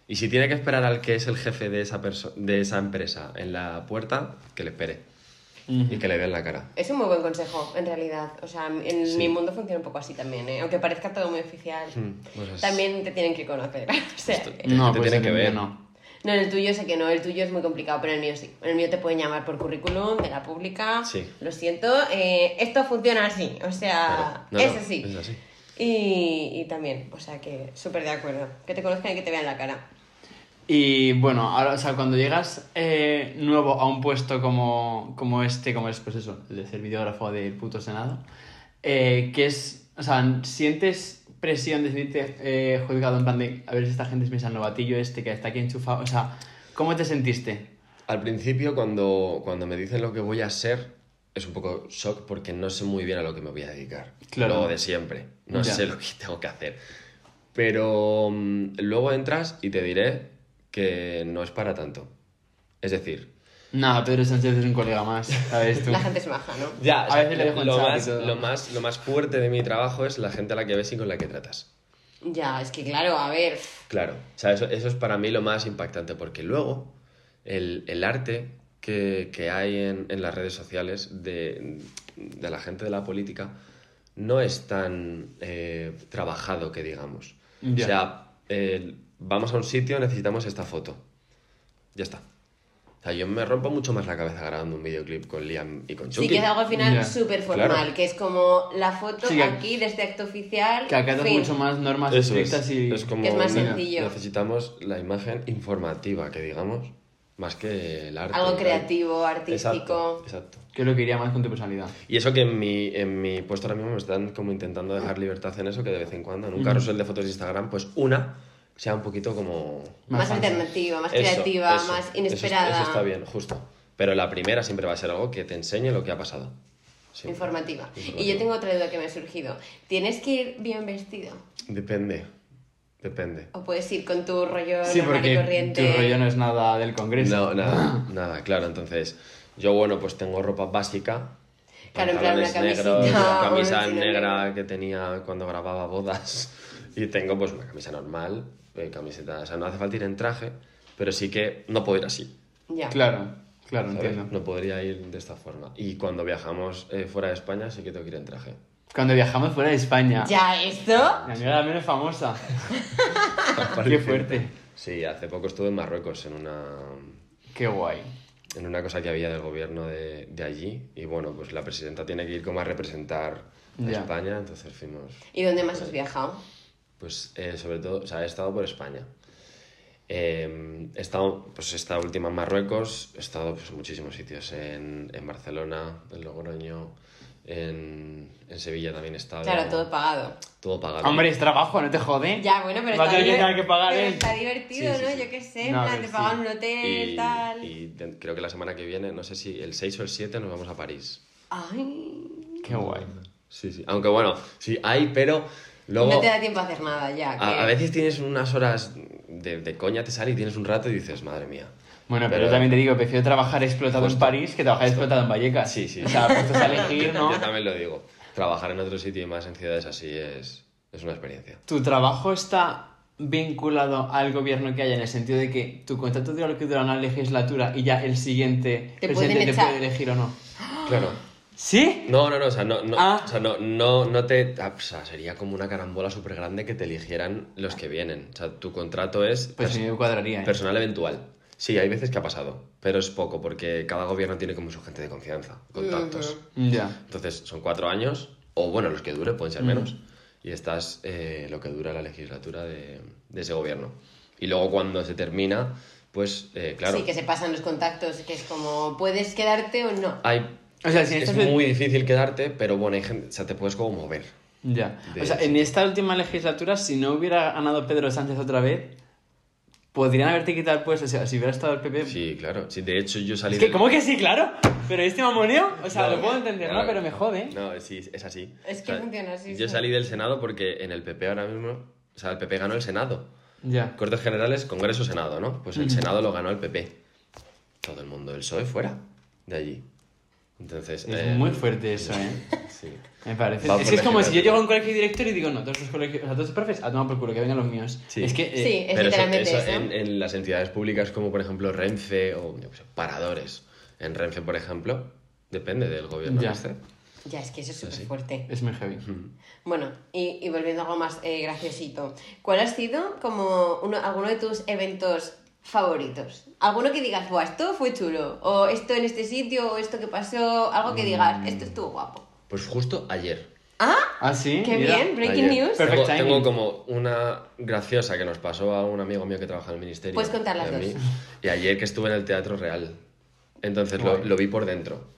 S4: Y si tiene que esperar al que es el jefe de esa, perso- de esa empresa en la puerta, que le espere y que le vea en la cara.
S2: Es un muy buen consejo, en realidad. O sea, en mi mundo funciona un poco así también, ¿eh? Aunque parezca todo muy oficial.
S4: pues es-
S2: También te tienen que conocer. O sea, que-
S3: No,
S4: Te
S3: pues
S4: tienen que
S3: el
S4: ver.
S3: mío no.
S2: No, en el tuyo sé que no, el tuyo es muy complicado, pero en el mío sí. En el mío te pueden llamar por currículum, de la pública.
S4: Sí.
S2: Lo siento, eh, esto funciona así, o sea,
S4: Claro. No,
S2: es
S4: no,
S2: así.
S4: es así.
S2: Y, y también, o sea que súper de acuerdo. Que te conozcan y que te vean la cara.
S3: Y bueno, ahora, o sea, cuando llegas eh, nuevo a un puesto como, como este, como es, pues eso, el de ser videógrafo del puto Senado, eh, que es, o sea, ¿sientes presión de sentirte eh, juzgado en plan de, a ver si esta gente es mi sanovatillo este que está aquí enchufado? O sea, ¿cómo te sentiste?
S4: Al principio, cuando, cuando me dicen lo que voy a ser, es un poco shock porque no sé muy bien a lo que me voy a dedicar.
S3: Claro.
S4: Lo de siempre. No
S3: Ya.
S4: sé lo que tengo que hacer. Pero mm, luego entras y te diré que no es para tanto. Es decir,
S3: Nada, Pedro Sánchez es un colega más, ¿sabes tú?
S2: La gente es maja, ¿no?
S4: ya,
S3: A
S4: o sea,
S3: veces le dejo en
S4: lo,
S3: chat y
S4: más,
S3: todo.
S4: lo, más, lo más fuerte de mi trabajo es la gente a la que ves y con la que tratas.
S2: Ya, es que claro, a ver.
S4: Claro, o sea, eso, eso es para mí lo más impactante, porque luego el, el arte que, que hay en, en las redes sociales de, de la gente de la política no es tan eh, trabajado que digamos.
S3: Ya.
S4: O sea, el- vamos a un sitio, necesitamos esta foto. Ya está. O sea, yo me rompo mucho más la cabeza grabando un videoclip con Liam y con
S2: Sí,
S4: Chucky.
S2: que es algo al final
S3: Ya,
S2: súper formal,
S4: claro.
S2: que es como la foto
S3: Sí, que-
S2: aquí de este acto oficial.
S3: Que acatas
S2: fin.
S3: mucho más normas
S4: Eso es.
S3: estrictas y.
S4: Es como,
S2: Que es más
S4: mira,
S2: sencillo.
S4: Necesitamos la imagen informativa, que digamos, más que el arte.
S2: Algo
S4: ¿no?
S2: creativo,
S4: Exacto,
S2: artístico.
S4: exacto.
S3: Que es lo que iría más con tu personalidad.
S4: Y eso que en mi, en mi puesto ahora mismo me están como intentando dejar libertad en eso, que de vez en cuando, en un carrusel de fotos de Instagram, pues una sea un poquito como...
S3: Más
S2: Más,
S3: fancy.
S2: alternativa, más
S4: Eso,
S2: creativa,
S4: eso,
S2: más
S4: eso-
S2: inesperada.
S4: Eso, está bien, justo. Pero la primera siempre va a ser algo que te enseñe lo que ha pasado. Sí.
S2: Informativa. Y yo
S4: Informativa.
S2: tengo otra duda que me ha surgido. ¿Tienes que ir bien vestido?
S4: Depende, depende.
S2: ¿O puedes ir con tu rollo
S3: Sí,
S2: normal y
S3: porque tu
S2: corriente?
S3: rollo no es Ah. nada del Congreso.
S4: No, nada, nada, claro. Entonces, yo, bueno, pues tengo ropa básica.
S2: Claro, en plan, una
S4: pantalones
S2: camisita,
S4: negros,
S2: un
S4: camisa
S2: vestido
S4: negra
S2: negro.
S4: que tenía cuando grababa bodas. Y tengo, pues, una camisa normal, eh, camiseta. O sea, no hace falta ir en traje, pero sí que no puedo ir así.
S2: Ya.
S3: Claro, claro,
S4: ¿sabes?
S3: entiendo.
S4: No podría ir de esta forma. Y cuando viajamos eh, fuera de España, sí que tengo que ir en traje.
S3: Cuando viajamos fuera de España.
S2: Ya, esto.
S3: Mi amiga la menos famosa. Qué fuerte.
S4: Sí, hace poco estuve en Marruecos en una
S3: Qué guay.
S4: en una cosa que había del gobierno de, de allí y bueno, pues la presidenta tiene que ir como a representar a
S3: Ya.
S4: España, entonces fuimos,
S2: ¿Y dónde más has viajado?
S4: pues eh, sobre todo, o sea, he estado por España. Eh, he estado, pues esta última en Marruecos, he estado pues, en muchísimos sitios, en, en Barcelona, en Logroño, en, en Sevilla también he estado.
S2: Claro, todo pagado.
S4: Todo pagado.
S3: Hombre, es trabajo, no te jode.
S2: Ya, bueno, pero
S3: Va a
S2: está,
S3: tener que,
S2: diver-
S3: tener que pagar
S2: pero
S3: él.
S2: está divertido,
S4: Sí, sí,
S2: ¿no?
S4: sí.
S2: Yo qué sé, en
S3: No, a
S2: plan,
S3: ver,
S2: te pagan
S3: sí.
S2: un hotel,
S4: y,
S2: Eh, tal.
S4: y de- creo que la semana que viene, no sé si el 6 o el 7 nos vamos a París.
S2: Ay.
S3: Qué guay.
S4: Sí, sí. Aunque bueno, sí hay, pero luego...
S2: No te da tiempo a hacer nada ya. que-
S4: A, a veces tienes unas horas de, de coña, te sale y tienes un rato y dices, madre mía.
S3: Bueno, pero,
S4: Pero-
S3: también te digo, prefiero trabajar explotado en
S4: Justo.
S3: París que trabajar explotado en Vallecas.
S4: Ah, Sí, sí.
S3: O sea, puestos a elegir, ¿no?
S4: Yo también lo digo. Trabajar en otro sitio y más en ciudades así es, es una experiencia.
S3: ¿Tu trabajo está vinculado al gobierno que haya en el sentido de que tu contrato dura lo que dura una legislatura y ya el siguiente
S2: Te pueden
S3: presidente te
S2: echar.
S3: puede elegir o no?
S4: Claro.
S3: ¿Sí?
S4: No, no, no, o sea, no, no,
S3: Ah.
S4: o sea, no, no, no te... ah, O sea, sería como una carambola súper grande que te eligieran los que vienen. O sea, tu contrato es
S3: Pues
S4: pers-
S3: sí, me cuadraría. ¿eh?
S4: personal eventual. Sí, hay veces que ha pasado, pero es poco porque cada gobierno tiene como su gente de confianza, contactos.
S3: Ya.
S4: Entonces, son cuatro años, o bueno, los que dure, pueden ser menos, y estás eh, lo que dura la legislatura de, de ese gobierno. Y luego cuando se termina, pues eh, claro,
S2: Sí, que se pasan los contactos, que es como, ¿puedes quedarte o no?
S4: hay,
S3: O sea, si en
S4: es
S3: esta-
S4: muy difícil quedarte, pero bueno, hay gente, o sea, te puedes como mover.
S3: Ya.
S4: De-
S3: O sea, en esta última legislatura, si no hubiera ganado Pedro Sánchez otra vez, podrían haberte quitado el puesto. O sea, si hubiera estado el PP.
S4: Sí, claro. Sí, de hecho, yo salí...
S3: Es que,
S4: del-
S3: ¿cómo que sí, claro? Pero este mamoneo, o sea,
S4: No,
S3: lo puedo entender, ¿no?
S4: claro.
S3: Pero me jode.
S4: No, sí, es así.
S2: Es que funciona así,
S4: Yo
S2: sí.
S4: salí del Senado porque en el PP ahora mismo, o sea, el PP ganó el Senado.
S3: Ya.
S4: Cortes Generales, Congreso, Senado, ¿no? Pues el Senado lo ganó el PP. Todo el mundo del PSOE E fuera de allí. Entonces.
S3: Es
S4: eh,
S3: muy fuerte eso, ¿eh?
S4: Sí.
S3: Me parece.
S4: Va
S3: es
S4: por
S3: que es como si yo
S4: legislatura.
S3: llego a un colegio director y digo, no, todos los colegios, o sea, todos los profes, a tomar por culo, que vengan los míos.
S4: Sí.
S3: Es que. eh,
S2: Sí, es
S4: Pero eso-
S2: literalmente
S4: eso
S2: eso.
S4: En, en las entidades públicas como, por ejemplo, Renfe o yo qué sé, Paradores. En Renfe, por ejemplo, depende del gobierno este,
S3: Ya.
S4: que esté.
S2: Ya, es que eso es súper
S4: sí.
S2: fuerte.
S3: Es muy heavy.
S2: Bueno, y, y volviendo a algo más eh, graciosito, ¿cuál ha sido como uno, alguno de tus eventos favoritos? ¿Alguno que digas, Buah, esto fue chulo? ¿O esto en este sitio? ¿O esto que pasó? Algo que
S3: Mm.
S2: digas, esto estuvo guapo.
S4: Pues justo ayer.
S3: Ah, sí.
S2: ¡Qué
S3: mira.
S2: bien! ¿Breaking
S4: Ayer.
S2: news?
S3: Perfect
S4: tengo,
S3: timing.
S4: tengo como una graciosa que nos pasó a un amigo mío que trabaja en el ministerio.
S2: Puedes contar las
S4: y a
S2: dos.
S4: mí. Y ayer que estuve en el Teatro Real. Entonces lo,
S3: Guay.
S4: lo vi por dentro.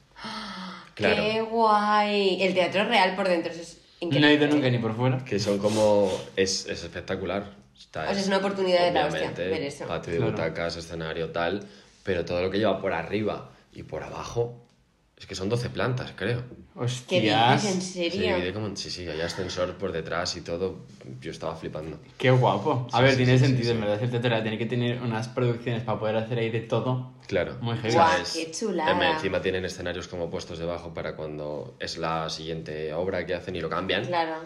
S4: Claro.
S2: ¡Qué guay! El teatro real por dentro, eso es
S3: No he
S2: increíble.
S3: ido nunca ni por fuera.
S4: Que son como. Es, es espectacular. Está,
S2: O sea, Pues es una oportunidad de la
S4: obviamente,
S2: hostia ver eso.
S4: Patio de
S3: Claro.
S4: butacas, escenario, tal. Pero todo lo que lleva por arriba y por abajo. Es que son 12 plantas, creo.
S2: ¿Qué
S3: Hostias.
S2: dices? ¿En
S4: Se
S2: serio?
S4: divide como en- Sí, sí, hay ascensor por detrás y todo. Yo estaba flipando.
S3: Qué guapo. A
S4: Sí,
S3: ver,
S4: sí,
S3: tiene
S4: sí, sí,
S3: sentido,
S4: sí.
S3: en verdad. El teatro tiene que tener unas producciones para poder hacer ahí de todo.
S4: Claro.
S3: Muy heavy.
S2: Guau,
S4: ¿Sabes?
S2: qué chulada.
S4: Em, Encima tienen escenarios como puestos debajo para cuando es la siguiente obra que hacen y lo cambian.
S2: Claro.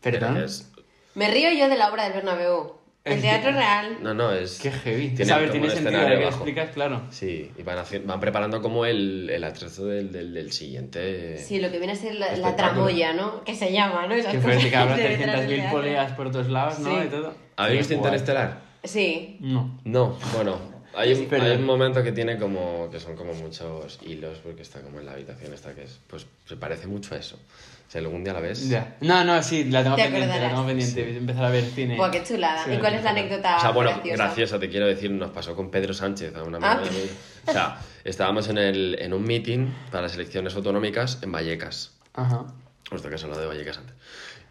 S4: Pero
S3: Perdón.
S4: es-
S2: Me río yo de la obra del Bernabéu. El teatro real.
S4: No, no, es.
S3: Qué heavy.
S4: tienen
S3: Saber,
S4: como
S3: tiene
S4: un
S3: sentido,
S4: escenario
S3: ahora que lo
S4: abajo.
S3: explicas, claro.
S4: Sí, y van, haciendo, van preparando como el, el atrezo del, del, del siguiente.
S2: Sí, lo que viene a ser la, la
S4: Espectáculo.
S2: tramoya, ¿no? Que se llama, ¿no? Esas
S3: Qué
S2: cosas
S3: fuerte, que habrá
S2: de detrás del
S3: 300.000
S2: teatro.
S3: poleas por todos lados, ¿no?
S2: Sí.
S3: Y todo.
S4: ¿Habéis
S3: Qué
S4: visto
S3: guay.
S4: Interestelar?
S2: Sí.
S3: No.
S4: No, bueno. Hay un,
S3: Pero-
S4: hay un momento que tiene como. que son como muchos hilos, porque está como en la habitación esta que es. Pues se parece mucho a eso. Si algún día la ves.
S3: Ya. No, no, sí, la tengo
S2: Te
S3: pendiente, la
S2: acordarás.
S3: tengo pendiente. Voy a Empezar a ver cine.
S2: Buah, qué chulada.
S3: Sí,
S2: ¿Y cuál es la anécdota
S4: O sea, bueno,
S2: graciosa?
S4: graciosa. te quiero decir, nos pasó con Pedro Sánchez a una
S2: Ah.
S4: amiga mía. O sea, estábamos en, el, en un meeting para las elecciones autonómicas en Vallecas.
S3: Ajá.
S4: Puesto que has hablado de Vallecas antes.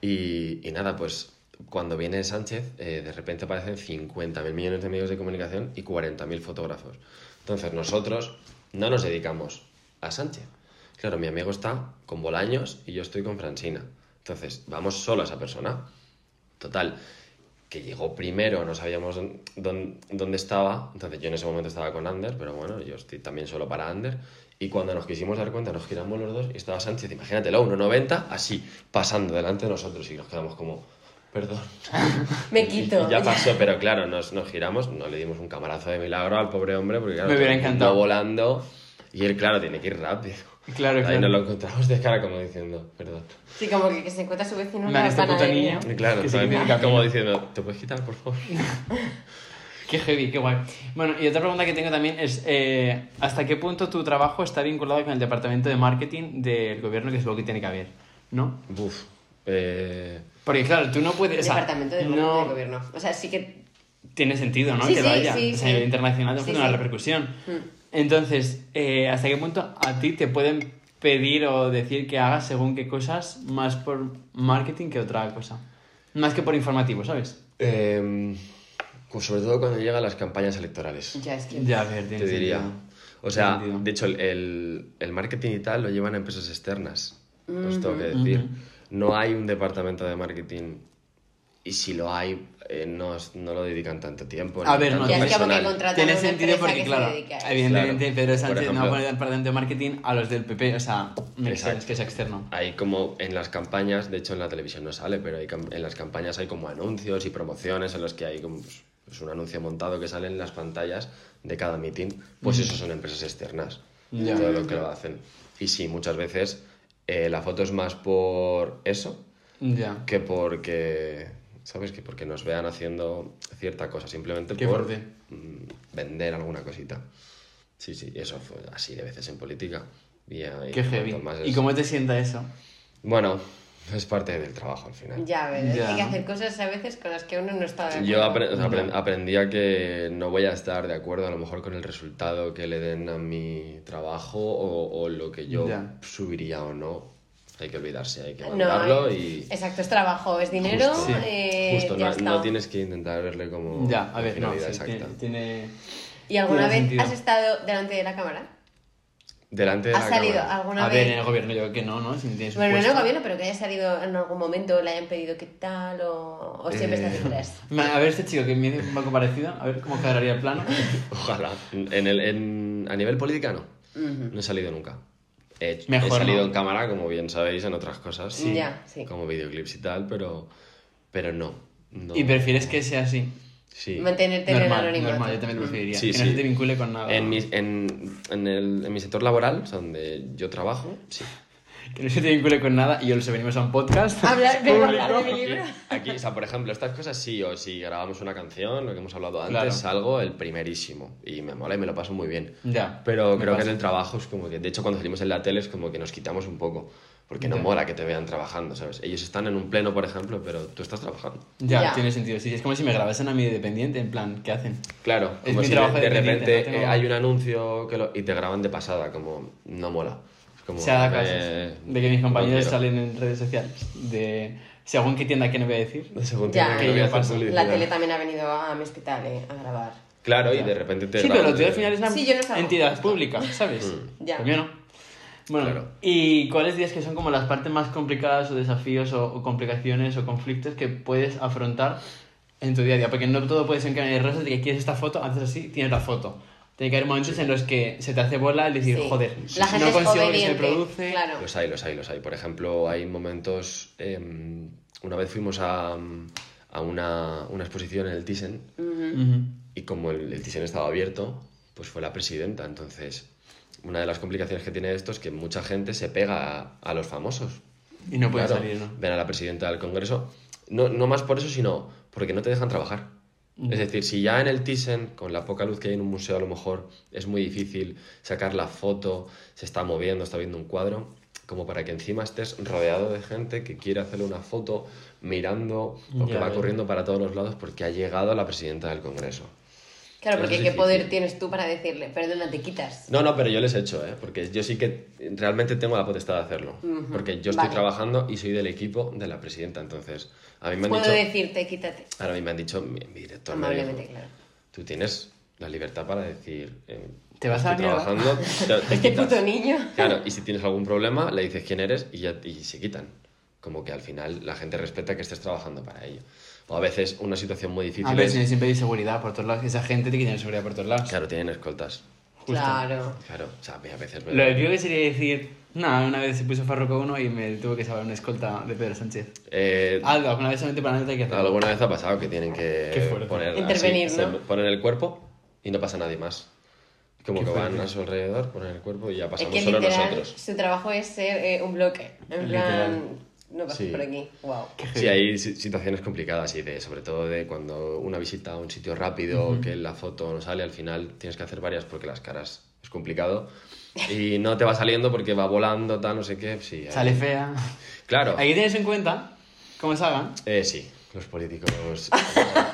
S4: Y, y nada, pues cuando viene Sánchez, eh, de repente aparecen 50.000 millones de medios de comunicación y 40.000 fotógrafos. Entonces nosotros no nos dedicamos a Sánchez. Claro, mi amigo está con Bolaños y yo estoy con Francina. Entonces, vamos solo a esa persona. Total, que llegó primero, no sabíamos dón- dónde, estaba. Entonces yo en ese momento estaba con Ander, pero bueno, yo estoy también solo para Ander. Y cuando nos quisimos dar cuenta, nos giramos los dos y estaba Sánchez, imagínatelo, 1,90, así, pasando delante de nosotros y nos quedamos como, perdón.
S2: Me
S4: Y-
S2: quito.
S4: y ya pasó, pero claro, nos, nos giramos, no le dimos un camarazo de milagro al pobre hombre, porque claro,
S3: Me hubiera
S4: todo el mundo
S3: encantado.
S4: volando. Y él, claro, tiene que ir rápido.
S3: Claro,
S4: Ahí
S3: claro.
S4: nos lo encontramos de cara como diciendo, perdón.
S2: Sí, como que, que se encuentra a su vecino en
S3: Claro,
S2: una
S3: este puto
S2: panadería.
S3: niño.
S4: Y claro,
S3: Que sí que
S4: ¿sabes?
S3: tiene camino.
S4: como diciendo, ¿te puedes quitar, por favor?
S3: Qué heavy, qué guay. Bueno, y otra pregunta que tengo también es, eh, ¿hasta qué punto tu trabajo está vinculado con el departamento de marketing del gobierno, que es lo que tiene que haber, ¿no?
S4: Buf. Eh,
S3: Porque claro, tú no puedes... o sea,
S2: Departamento de
S3: no
S2: del gobierno. O sea, sí que.
S3: Tiene sentido, ¿no?
S2: Sí,
S3: que
S2: sí,
S3: vaya.
S2: sí,
S3: O sea,
S2: sí.
S3: a nivel internacional
S2: Sí,
S3: tiene una
S2: sí. Mm.
S3: repercusión. Entonces, eh, ¿hasta qué punto a ti te pueden pedir o decir que hagas según qué cosas más por marketing que otra cosa? Más que por informativo, ¿sabes?
S4: Em, pues sobre todo cuando llegan las campañas electorales,
S2: Ya es que.
S3: Ya, a ver, tiene
S4: te diría.
S3: sentido.
S4: O sea,
S3: sentido.
S4: de hecho, el, el- el marketing y tal lo llevan a empresas externas, os tengo que decir. No hay un departamento de marketing y si lo hay, eh, no, os- no lo dedican tanto tiempo.
S3: A
S4: ni
S3: ver, no,
S4: tanto
S2: Ya es que
S4: personal.
S2: porque contratan
S3: Tiene
S2: a una
S3: sentido
S2: empresa
S3: porque,
S2: que
S3: claro,
S2: se dedica a eso.
S3: evidentemente
S4: Claro.
S3: Pedro
S4: Por
S3: Sánchez no va a
S4: ejemplo.
S3: poner el departamento de marketing a los del PP, o sea, makes
S4: Exacto.
S3: sense que es externo.
S4: Hay como en las campañas, de hecho en la televisión no sale, pero hay cam- en las campañas hay como anuncios y promociones en los que hay como pues, pues, un anuncio montado que sale en las pantallas de cada mitin. Pues eso son empresas externas.
S3: Mm. Ya.
S4: todo lo que lo hacen. Y sí, muchas veces eh, la foto es más por eso
S3: Ya.
S4: que porque. ¿Sabes? Que porque nos vean haciendo cierta cosa, simplemente
S3: Qué
S4: por
S3: fuerte.
S4: mm, vender alguna cosita. Sí, sí, eso fue así de veces en política. Y, ahí
S3: Qué heavy.
S4: cuanto más
S3: ¿Y
S4: es-
S3: cómo te sienta eso?
S4: bueno, es parte del trabajo al final.
S2: Ya, ves.
S3: Ya.
S2: Hay que hacer cosas a veces con las que uno no está de acuerdo.
S4: Yo apre- o sea, apren-
S3: Ya.
S4: aprendí a que no voy a estar de acuerdo a lo mejor con el resultado que le den a mi trabajo o, o lo que yo
S3: Ya.
S4: subiría o no. Hay que olvidarse, hay que
S2: No,
S4: valorarlo
S2: eh,
S4: y
S2: Exacto, es trabajo, es dinero.
S4: Justo.
S3: Sí,
S2: eh,
S4: justo,
S2: ya
S4: no,
S2: está.
S4: no tienes que intentar verle como
S3: Ya, a ver, no, sí,
S4: finalidad exacta.
S3: tiene- tiene...
S2: ¿Y alguna
S3: tiene
S2: vez
S3: sentido.
S2: has estado delante de la cámara?
S4: Delante de
S2: ¿Has
S4: la
S2: salido
S4: cámara.
S2: alguna
S3: A
S2: vez?
S3: ver, en el gobierno yo creo que no, ¿no? Si no tienes un
S2: Bueno, no en el
S3: puesto.
S2: gobierno, pero que haya salido en algún momento, le hayan pedido qué tal o, o siempre
S4: Eh,
S2: estás detrás.
S3: Ma- A ver este chico que me dice un poco parecido, a ver cómo quedaría el plano.
S4: Ojalá. En el, en- a nivel política no. No he salido nunca. He,
S3: Mm. Mejor
S4: he salido
S3: no.
S4: en cámara, como bien sabéis, en otras cosas.
S2: Sí. Ya, sí.
S4: Como videoclips y tal, pero, pero no, no.
S3: Y prefieres que sea así.
S4: Sí.
S2: Mantenerte en el
S3: Normal,
S2: anonimato.
S3: normal, yo también preferiría.
S4: Mm. Sí,
S3: que
S4: sí.
S3: no se te vincule con nada.
S4: En mi, en, en el- en mi sector laboral, o sea, donde yo trabajo, sí.
S3: Que no se te vincule con nada y los venimos a un podcast.
S2: Hablar, vengo a
S3: público.
S2: hablar de mi libro.
S4: Aquí, o sea, por ejemplo, estas cosas sí, o si grabamos una canción, lo que hemos hablado antes,
S3: Claro.
S4: salgo el primerísimo. Y me mola y me lo paso muy bien.
S3: Ya.
S4: Pero
S3: me
S4: creo que
S3: pasa.
S4: en el trabajo es como que, de hecho, cuando salimos en la tele es como que nos quitamos un poco. Porque no
S3: Ya.
S4: mola que te vean trabajando, ¿sabes? Ellos están en un pleno, por ejemplo, pero tú estás trabajando.
S3: Ya,
S2: Ya.
S3: tiene sentido. Sí, es como si me grabasen a mí de dependiente, en plan, ¿qué hacen?
S4: Claro,
S3: Es
S4: como
S3: mi
S4: si de,
S3: trabajo
S4: de
S3: independiente,
S4: repente
S3: no tengo-
S4: eh, hay un anuncio que lo- y te graban de pasada, como no mola. Es como,
S3: Se da casos
S4: eh,
S3: de que mis
S4: no
S3: compañeros
S4: quiero.
S3: salen en redes sociales de según qué tienda que no voy a decir.
S4: Según
S2: Ya.
S4: tiene que
S2: Que
S4: voy a
S3: yo
S4: hacer
S3: paso.
S4: publicidad.
S2: La tele también ha venido a mi hospital eh, a grabar.
S4: Claro, y de repente te
S3: Sí, pero lo
S4: graban
S3: tuyo
S4: de- Mm.
S3: al final es una
S2: Sí, yo no salgo.
S3: entidad pública, ¿sabes?
S2: Ya.
S3: Lo mío no. Bueno,
S4: Claro.
S3: ¿y cuáles días que son como las partes más complicadas o desafíos o, o complicaciones o conflictos que puedes afrontar en tu día a día? Porque no todo puedes encadenar en rosas de que quieres esta foto, haces así, tienes la foto. Tiene que haber momentos en los que se te hace bola el decir,
S2: Sí.
S3: joder,
S2: La gente
S3: no
S2: es
S3: consigo que se me
S2: obediente,
S3: produce.
S2: Claro.
S4: Los em, hay, los hay, los hay. Por ejemplo, hay momentos. eh, una vez fuimos a, a una, una exposición en el Thyssen
S3: Ujú.
S4: y como el, el Thyssen estaba abierto, pues fue la presidenta. Entonces, una de las complicaciones que tiene esto es que mucha gente se pega a, a los famosos.
S3: Y no puede
S4: Claro,
S3: salir, ¿no?
S4: Ven a la presidenta del Congreso. No, no más por eso, sino porque no te dejan trabajar. Es decir, si ya en el Thyssen, con la poca luz que hay en un museo, a lo mejor es muy difícil sacar la foto, se está moviendo, está viendo un cuadro, como para que encima estés rodeado de gente que quiere hacerle una foto mirando o que
S3: Ya,
S4: va
S3: ya.
S4: corriendo para todos los lados porque ha llegado la presidenta del Congreso.
S2: Claro,
S4: pues
S2: porque
S4: Es
S2: ¿qué
S4: difícil.
S2: poder tienes tú para decirle? Perdona, te quitas.
S4: No, no, pero yo les he hecho, ¿eh? porque yo sí que realmente tengo la potestad de hacerlo.
S2: Ujú,
S4: Porque yo estoy
S2: vale.
S4: trabajando y soy del equipo de la presidenta, entonces a mí me han
S2: Puedo
S4: dicho...
S2: decirte, quítate.
S4: Ahora a mí me han dicho, mi, mi director me dijo,
S2: Amablemente, claro.
S4: tú tienes la libertad para decir... eh,
S3: Te vas a
S4: estoy
S3: la mierda".
S4: trabajando, te, te
S2: Este
S4: quitas.
S2: puto niño.
S4: Claro, y si tienes algún problema, le dices quién eres y, ya, y se quitan. Como que al final la gente respeta que estés trabajando para ello. O a veces una situación muy difícil
S3: A ver,
S4: es-
S3: si siempre hay seguridad por todos lados. Esa gente tiene que tener seguridad por todos lados.
S4: Claro, tienen escoltas.
S3: Justo.
S2: Claro.
S4: Claro, o sea, a mí a veces... me-
S3: Lo que creo que sería decir, no, una vez se puso Farroco uno y me tuvo que salvar una escolta de Pedro Sánchez.
S4: Eh,
S3: Algo, alguna vez solamente para la neta hay que hacerlo.
S4: Alguna vez ha pasado que tienen
S3: Ah, Qué
S4: que
S3: fuerte.
S4: poner así,
S2: Intervenir,
S4: se
S2: ¿no?
S4: ponen el cuerpo y no pasa nadie más. Como
S3: Qué
S4: que van
S3: fuerte.
S4: a su alrededor, ponen el cuerpo y ya
S2: Es
S4: pasamos
S2: que
S4: solo
S2: literal,
S4: nosotros.
S2: su trabajo es ser eh, un bloque. En
S3: Literal.
S2: plan, no pasas
S4: Sí.
S2: por aquí. Wow.
S4: Sí, hay si- situaciones complicadas y de, sobre todo de cuando una visita a un sitio rápido, que la foto no sale, al final tienes que hacer varias porque las caras es complicado y no te va saliendo porque va volando, tal, no sé qué. Sí, hay-
S3: Sale fea.
S4: Claro.
S3: Aquí tienes en cuenta cómo salgan.
S4: Eh, sí, los políticos.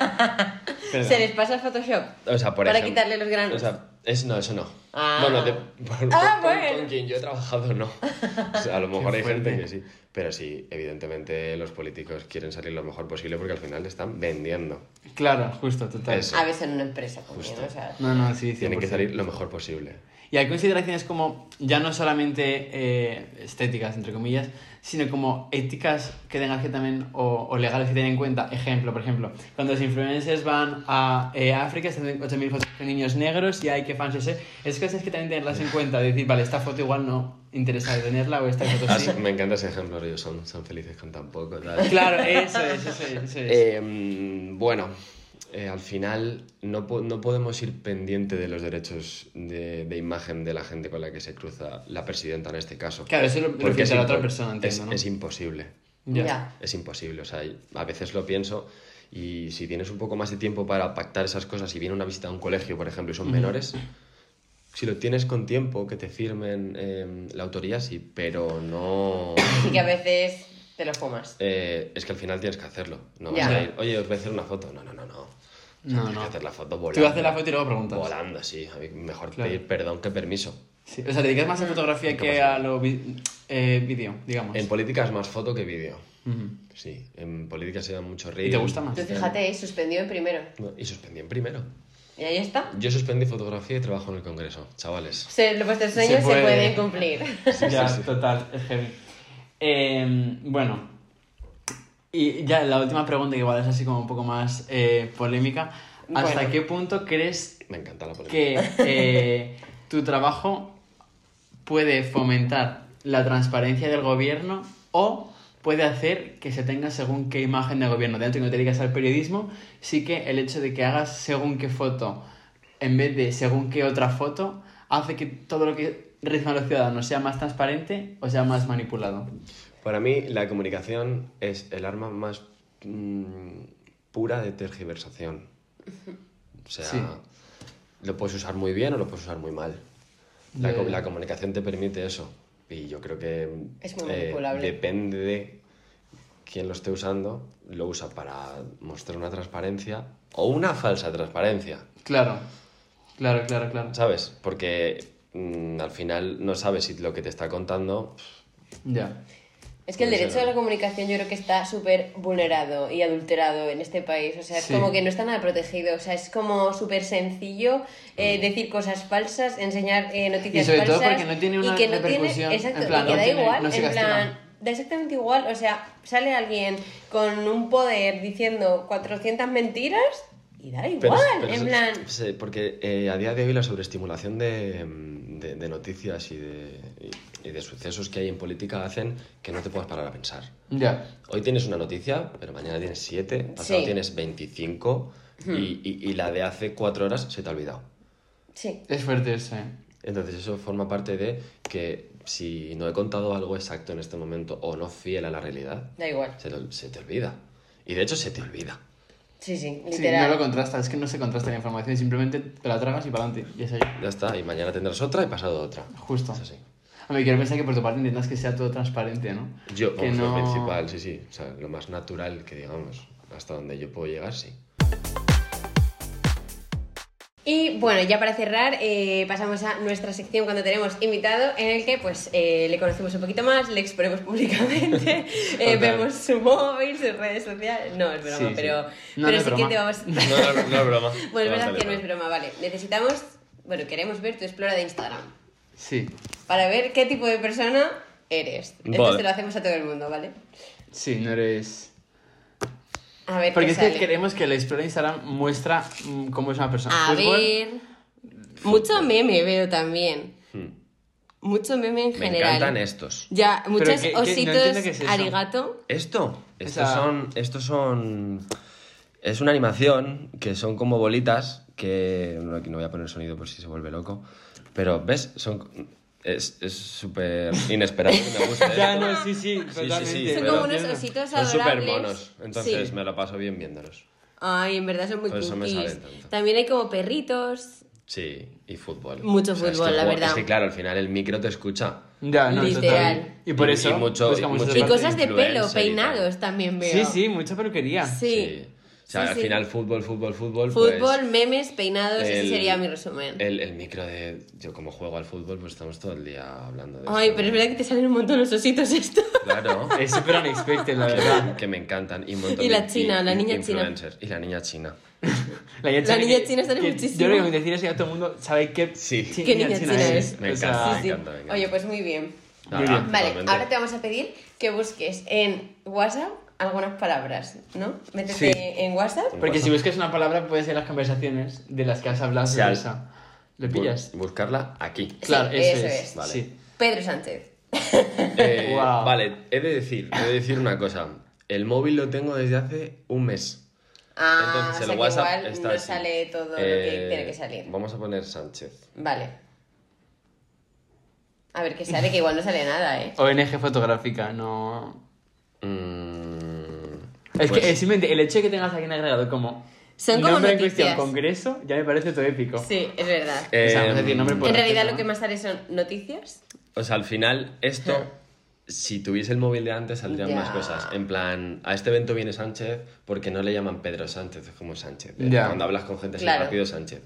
S3: Perdón.
S2: Se les pasa el Photoshop.
S4: O sea, por
S2: Para
S4: ejem-
S2: quitarle los granos.
S4: O sea, es, no, eso no.
S2: Ah.
S4: Bueno, de- por-
S2: Ah,
S4: con,
S2: bueno.
S4: con quien yo he trabajado, no. O sea, a lo mejor
S3: Qué
S4: hay gente
S3: fuerte.
S4: que sí. Pero sí, evidentemente los políticos quieren salir lo mejor posible porque al final le están vendiendo.
S3: Claro, justo, total.
S4: Eso.
S2: A veces en una empresa también,
S4: Justo.
S2: o sea.
S3: No, no, sí, sí.
S4: Tienen que salir lo mejor posible.
S3: Y hay consideraciones como, ya no solamente eh, estéticas, entre comillas, sino como éticas que tengas que también, o, o legales que tener en cuenta. Ejemplo, por ejemplo, cuando los influencers van a eh, África, se hacen 8.000 fotos con niños negros y hay que fans ese. Es cosas que también tenerlas en cuenta, decir, vale, esta foto igual no interesa tenerla o esta foto
S4: Ah,
S3: sí.
S4: sí, me encanta ese ejemplo, ellos son, son felices con tan poco. tal.
S3: Claro, eso es, eso es, eso es.
S4: Eh, mm, bueno, eh, al final no, po- no podemos ir pendiente de los derechos de, de imagen de la gente con la que se cruza la presidenta en este caso.
S3: Claro, eso lo- lo
S4: Porque
S3: piensa la otra
S4: impo-
S3: persona, entiendo,
S4: es-
S3: ¿no?
S4: es imposible.
S3: Ya.
S2: Ya.
S4: Es imposible, o sea, a veces lo pienso y si tienes un poco más de tiempo para pactar esas cosas, si viene una visita a un colegio, por ejemplo, y son menores, si lo tienes con tiempo, que te firmen eh, la autoría, sí, pero no...
S2: Así que a veces te lo fumas.
S4: eh, es que al final tienes que hacerlo, no
S2: Ya.
S4: vas a ir, oye, os voy a hacer una foto, no, no, no, no. O sea,
S3: No,
S4: tienes
S3: no.
S4: que hacer la foto volando.
S3: Tú haces la foto y luego preguntas.
S4: Volando, sí, a mí mejor
S3: Claro.
S4: pedir perdón que permiso.
S3: Sí, o sea, te dedicas más a fotografía que a lo vi- eh, vídeo, digamos.
S4: En política es más foto que vídeo.
S3: Ujú.
S4: Sí, en política se da mucho reel.
S3: ¿Y te gusta más?
S2: Tú fíjate, eh, suspendido en primero.
S4: No, Y suspendí en primero.
S2: Y ahí está.
S4: Yo suspendí fotografía y trabajo en el Congreso, chavales.
S2: Se, lo- vuestros sueños se,
S3: puede.
S2: pueden cumplir.
S3: ya,
S4: sí, sí.
S3: total, es heavy. Eh, bueno, y ya la última pregunta, que igual es así como un poco más eh, polémica. ¿Hasta
S2: Bueno.
S3: qué punto crees
S4: Me encanta la polémica.
S3: que eh, tu trabajo puede fomentar la transparencia del gobierno o puede hacer que se tenga según qué imagen de gobierno? Dentro que no te dedicas al periodismo, sí que el hecho de que hagas según qué foto en vez de según qué otra foto hace que todo lo que realizan los ciudadanos sea más transparente o sea más manipulado.
S4: Para mí, la comunicación es el arma más mm, pura de tergiversación. O sea,
S3: Sí.
S4: lo puedes usar muy bien o lo puedes usar muy mal. La,
S3: Ya,
S4: co-
S3: ya.
S4: la comunicación te permite eso. Y yo creo que eh,
S2: Es muy manipulable.
S4: depende de quién lo esté usando, lo usa para mostrar una transparencia o una falsa transparencia.
S3: Claro, claro, claro, claro.
S4: ¿Sabes? Porque mm, al final no sabes si lo que te está contando.
S3: Ya.
S2: Es que el
S4: Puede ser.
S2: derecho a la comunicación yo creo que está súper vulnerado y adulterado en este país. O sea, es
S3: Sí.
S2: como que no está nada protegido. O sea, es como súper sencillo eh, decir cosas falsas, enseñar eh, noticias
S3: Y sobre
S2: falsas.
S3: todo porque no tiene una
S2: y que no tiene-
S3: repercusión,
S2: exacto,
S3: en plan,
S2: y que
S3: no
S2: da
S3: tiene-
S2: igual.
S3: no se
S2: en
S3: castiga.
S2: plan, da exactamente igual. O sea, sale alguien con un poder diciendo 400 mentiras y da igual.
S4: Pero- pero
S2: en
S4: se-
S2: plan,
S4: se- porque eh, a día de hoy la sobreestimulación de, mm, de- de noticias y de. y y de sucesos que hay en política hacen que no te puedas parar a pensar.
S3: Ya.
S4: Hoy tienes una noticia, pero mañana tienes 7, pasado
S2: Sí.
S4: tienes 25 y, y- y la de hace 4 horas se te ha olvidado.
S2: Sí.
S3: Es fuerte eh. ese.
S4: Entonces eso forma parte de que si no he contado algo exacto en este momento o no fiel a la realidad,
S2: Da igual.
S4: se te, ol- se te olvida. Y de hecho se te olvida.
S2: Sí, sí,
S3: Sí, no
S2: literal.
S3: lo contrasta, es que no se contrasta la información, simplemente te la tragas y para adelante. Y es ahí.
S4: Ya está, y mañana tendrás otra y pasado otra.
S3: Justo.
S4: Es así.
S3: A mí quiero pensar que por tu parte intentas que sea todo transparente, ¿no?
S4: Yo,
S3: que
S4: vamos, lo principal, sí, sí. O sea, lo más natural que digamos, hasta donde yo puedo llegar, sí.
S2: Y bueno, ya para cerrar, eh, pasamos a nuestra sección cuando tenemos invitado, en el que pues eh, le conocemos un poquito más, le exponemos públicamente, eh,
S3: Total.
S2: vemos su móvil, sus redes sociales. No, es broma,
S3: Sí, sí.
S2: pero,
S3: No,
S2: pero
S3: no es
S2: sí
S3: broma.
S2: que te vamos.
S4: No, no, no, es broma.
S2: Bueno, es verdad
S4: Vamos,
S2: que no
S4: dale,
S2: es broma, vale. Necesitamos, bueno, queremos ver tu explora de Instagram
S3: Sí,
S2: para ver qué tipo de persona eres. Entonces
S4: Vale.
S2: te lo hacemos a todo el mundo, ¿vale?
S3: sí, no eres...
S2: A ver
S3: Porque
S2: qué
S3: es
S2: sale.
S3: que creemos que el explorar Instagram muestra mm, cómo es una persona.
S2: A
S3: Pues bueno,
S2: ver. Mucho meme veo también.
S3: Hmm.
S2: Mucho meme en
S4: Me
S2: general.
S4: encantan estos.
S2: Ya, muchos
S3: qué- qué- no
S2: ositos
S3: entiendo qué es eso.
S2: arigato.
S4: ¿Esto? Estos
S3: sea-
S4: son. Estos son. Es una animación que son como bolitas que. No, aquí no voy a poner sonido por si se vuelve loco. Pero, ¿ves? Son. Es es súper inesperado y me gusta. ¿eh?
S3: Ya, no, sí, sí,
S4: sí,
S3: totalmente.
S4: sí,
S2: Son
S4: pero-
S2: como unos
S3: entiendo.
S2: ositos
S4: Son
S2: adorables.
S4: súper monos. Entonces
S2: Sí.
S4: me lo paso bien viéndolos.
S2: Ay, en verdad son muy
S4: Por eso me
S2: cookies.
S4: salen tanto.
S2: También hay como perritos.
S4: Sí, y fútbol.
S2: Mucho
S4: es
S2: fútbol,
S4: que
S2: la
S4: guau,
S2: verdad.
S4: Es que claro, al final el micro te escucha.
S3: Ya, no,
S2: Literal.
S3: total. Y por
S4: Y-
S3: eso...
S4: y mucho-
S3: buscamos
S4: y
S3: esa
S4: mucho-
S2: Y
S3: parte.
S2: cosas de pelo,
S4: influencer y
S2: peinados también veo.
S3: Sí, sí, mucha peluquería.
S2: Sí.
S4: O sea,
S2: Sí,
S4: al
S2: sí.
S4: final fútbol, fútbol, fútbol. pues,
S2: Fútbol, memes, peinados, ese
S4: el-
S2: sería mi resumen.
S4: el, el micro de. Yo, como juego al fútbol, pues estamos todo el día hablando de
S2: Ay,
S4: esto,
S2: pero es
S4: ¿no?
S2: verdad que te salen un montón los ositos esto.
S4: Claro.
S3: Es súper unexpected, la verdad.
S4: que, que me encantan. Y, un montón
S2: Y la
S4: de-
S2: china, la niña china.
S4: influencers. Y la niña china.
S3: La
S2: La niña china sale
S3: que-
S2: muchísimo.
S3: Yo creo que mi decir es que ya todo el mundo sabe qué
S4: Sí.
S3: chi-
S2: ¿Qué niña china es?
S4: Me
S3: O sea,
S4: encanta.
S2: Sí, sí.
S4: encanta, Ah, me encanta.
S2: Oye, pues muy bien.
S3: Muy bien.
S2: Vale,
S4: totalmente.
S2: ahora te vamos a pedir que busques en WhatsApp algunas palabras, ¿no? Métete
S3: Sí.
S2: en WhatsApp.
S3: Porque si buscas una palabra, puedes ser las conversaciones de las que has hablado sobre
S4: Sí.
S3: esa. ¿Lo
S4: Bu-
S3: pillas?
S4: Buscarla aquí.
S3: claro, eso,
S2: eso
S3: es.
S2: es.
S4: Vale.
S3: Sí.
S2: Pedro Sánchez.
S4: Eh,
S3: Guau.
S4: Vale, he de decir, he de decir una cosa. El móvil lo tengo desde hace un mes.
S2: Ah,
S4: Entonces
S2: o sea
S4: el
S2: que
S4: WhatsApp
S2: igual
S4: está
S2: no
S4: así.
S2: sale todo lo que
S4: Eh,
S2: tiene que salir.
S4: Vamos a poner Sánchez.
S2: Vale. A ver qué sale, que igual no sale nada, ¿eh?
S3: ONG fotográfica, no.
S4: Mm,
S3: Es
S4: pues,
S3: que eh, simplemente el hecho de que tengas aquí en agregado como.
S2: Son como
S3: nombre en
S2: noticias.
S3: cuestión, congreso, ya me parece todo épico.
S2: Sí, es verdad.
S4: eh,
S3: O sea, vamos a decir, nombre por
S2: en realidad
S3: acceso,
S2: lo que más sale son noticias.
S4: O sea, al final, esto, si tuviese el móvil de antes, saldrían
S2: Ya.
S4: más cosas. En plan, a este evento viene Sánchez porque no le llaman Pedro Sánchez, es como Sánchez. ¿eh?
S3: Ya.
S4: Cuando hablas con gente así
S2: Claro.
S4: rápido, Sánchez.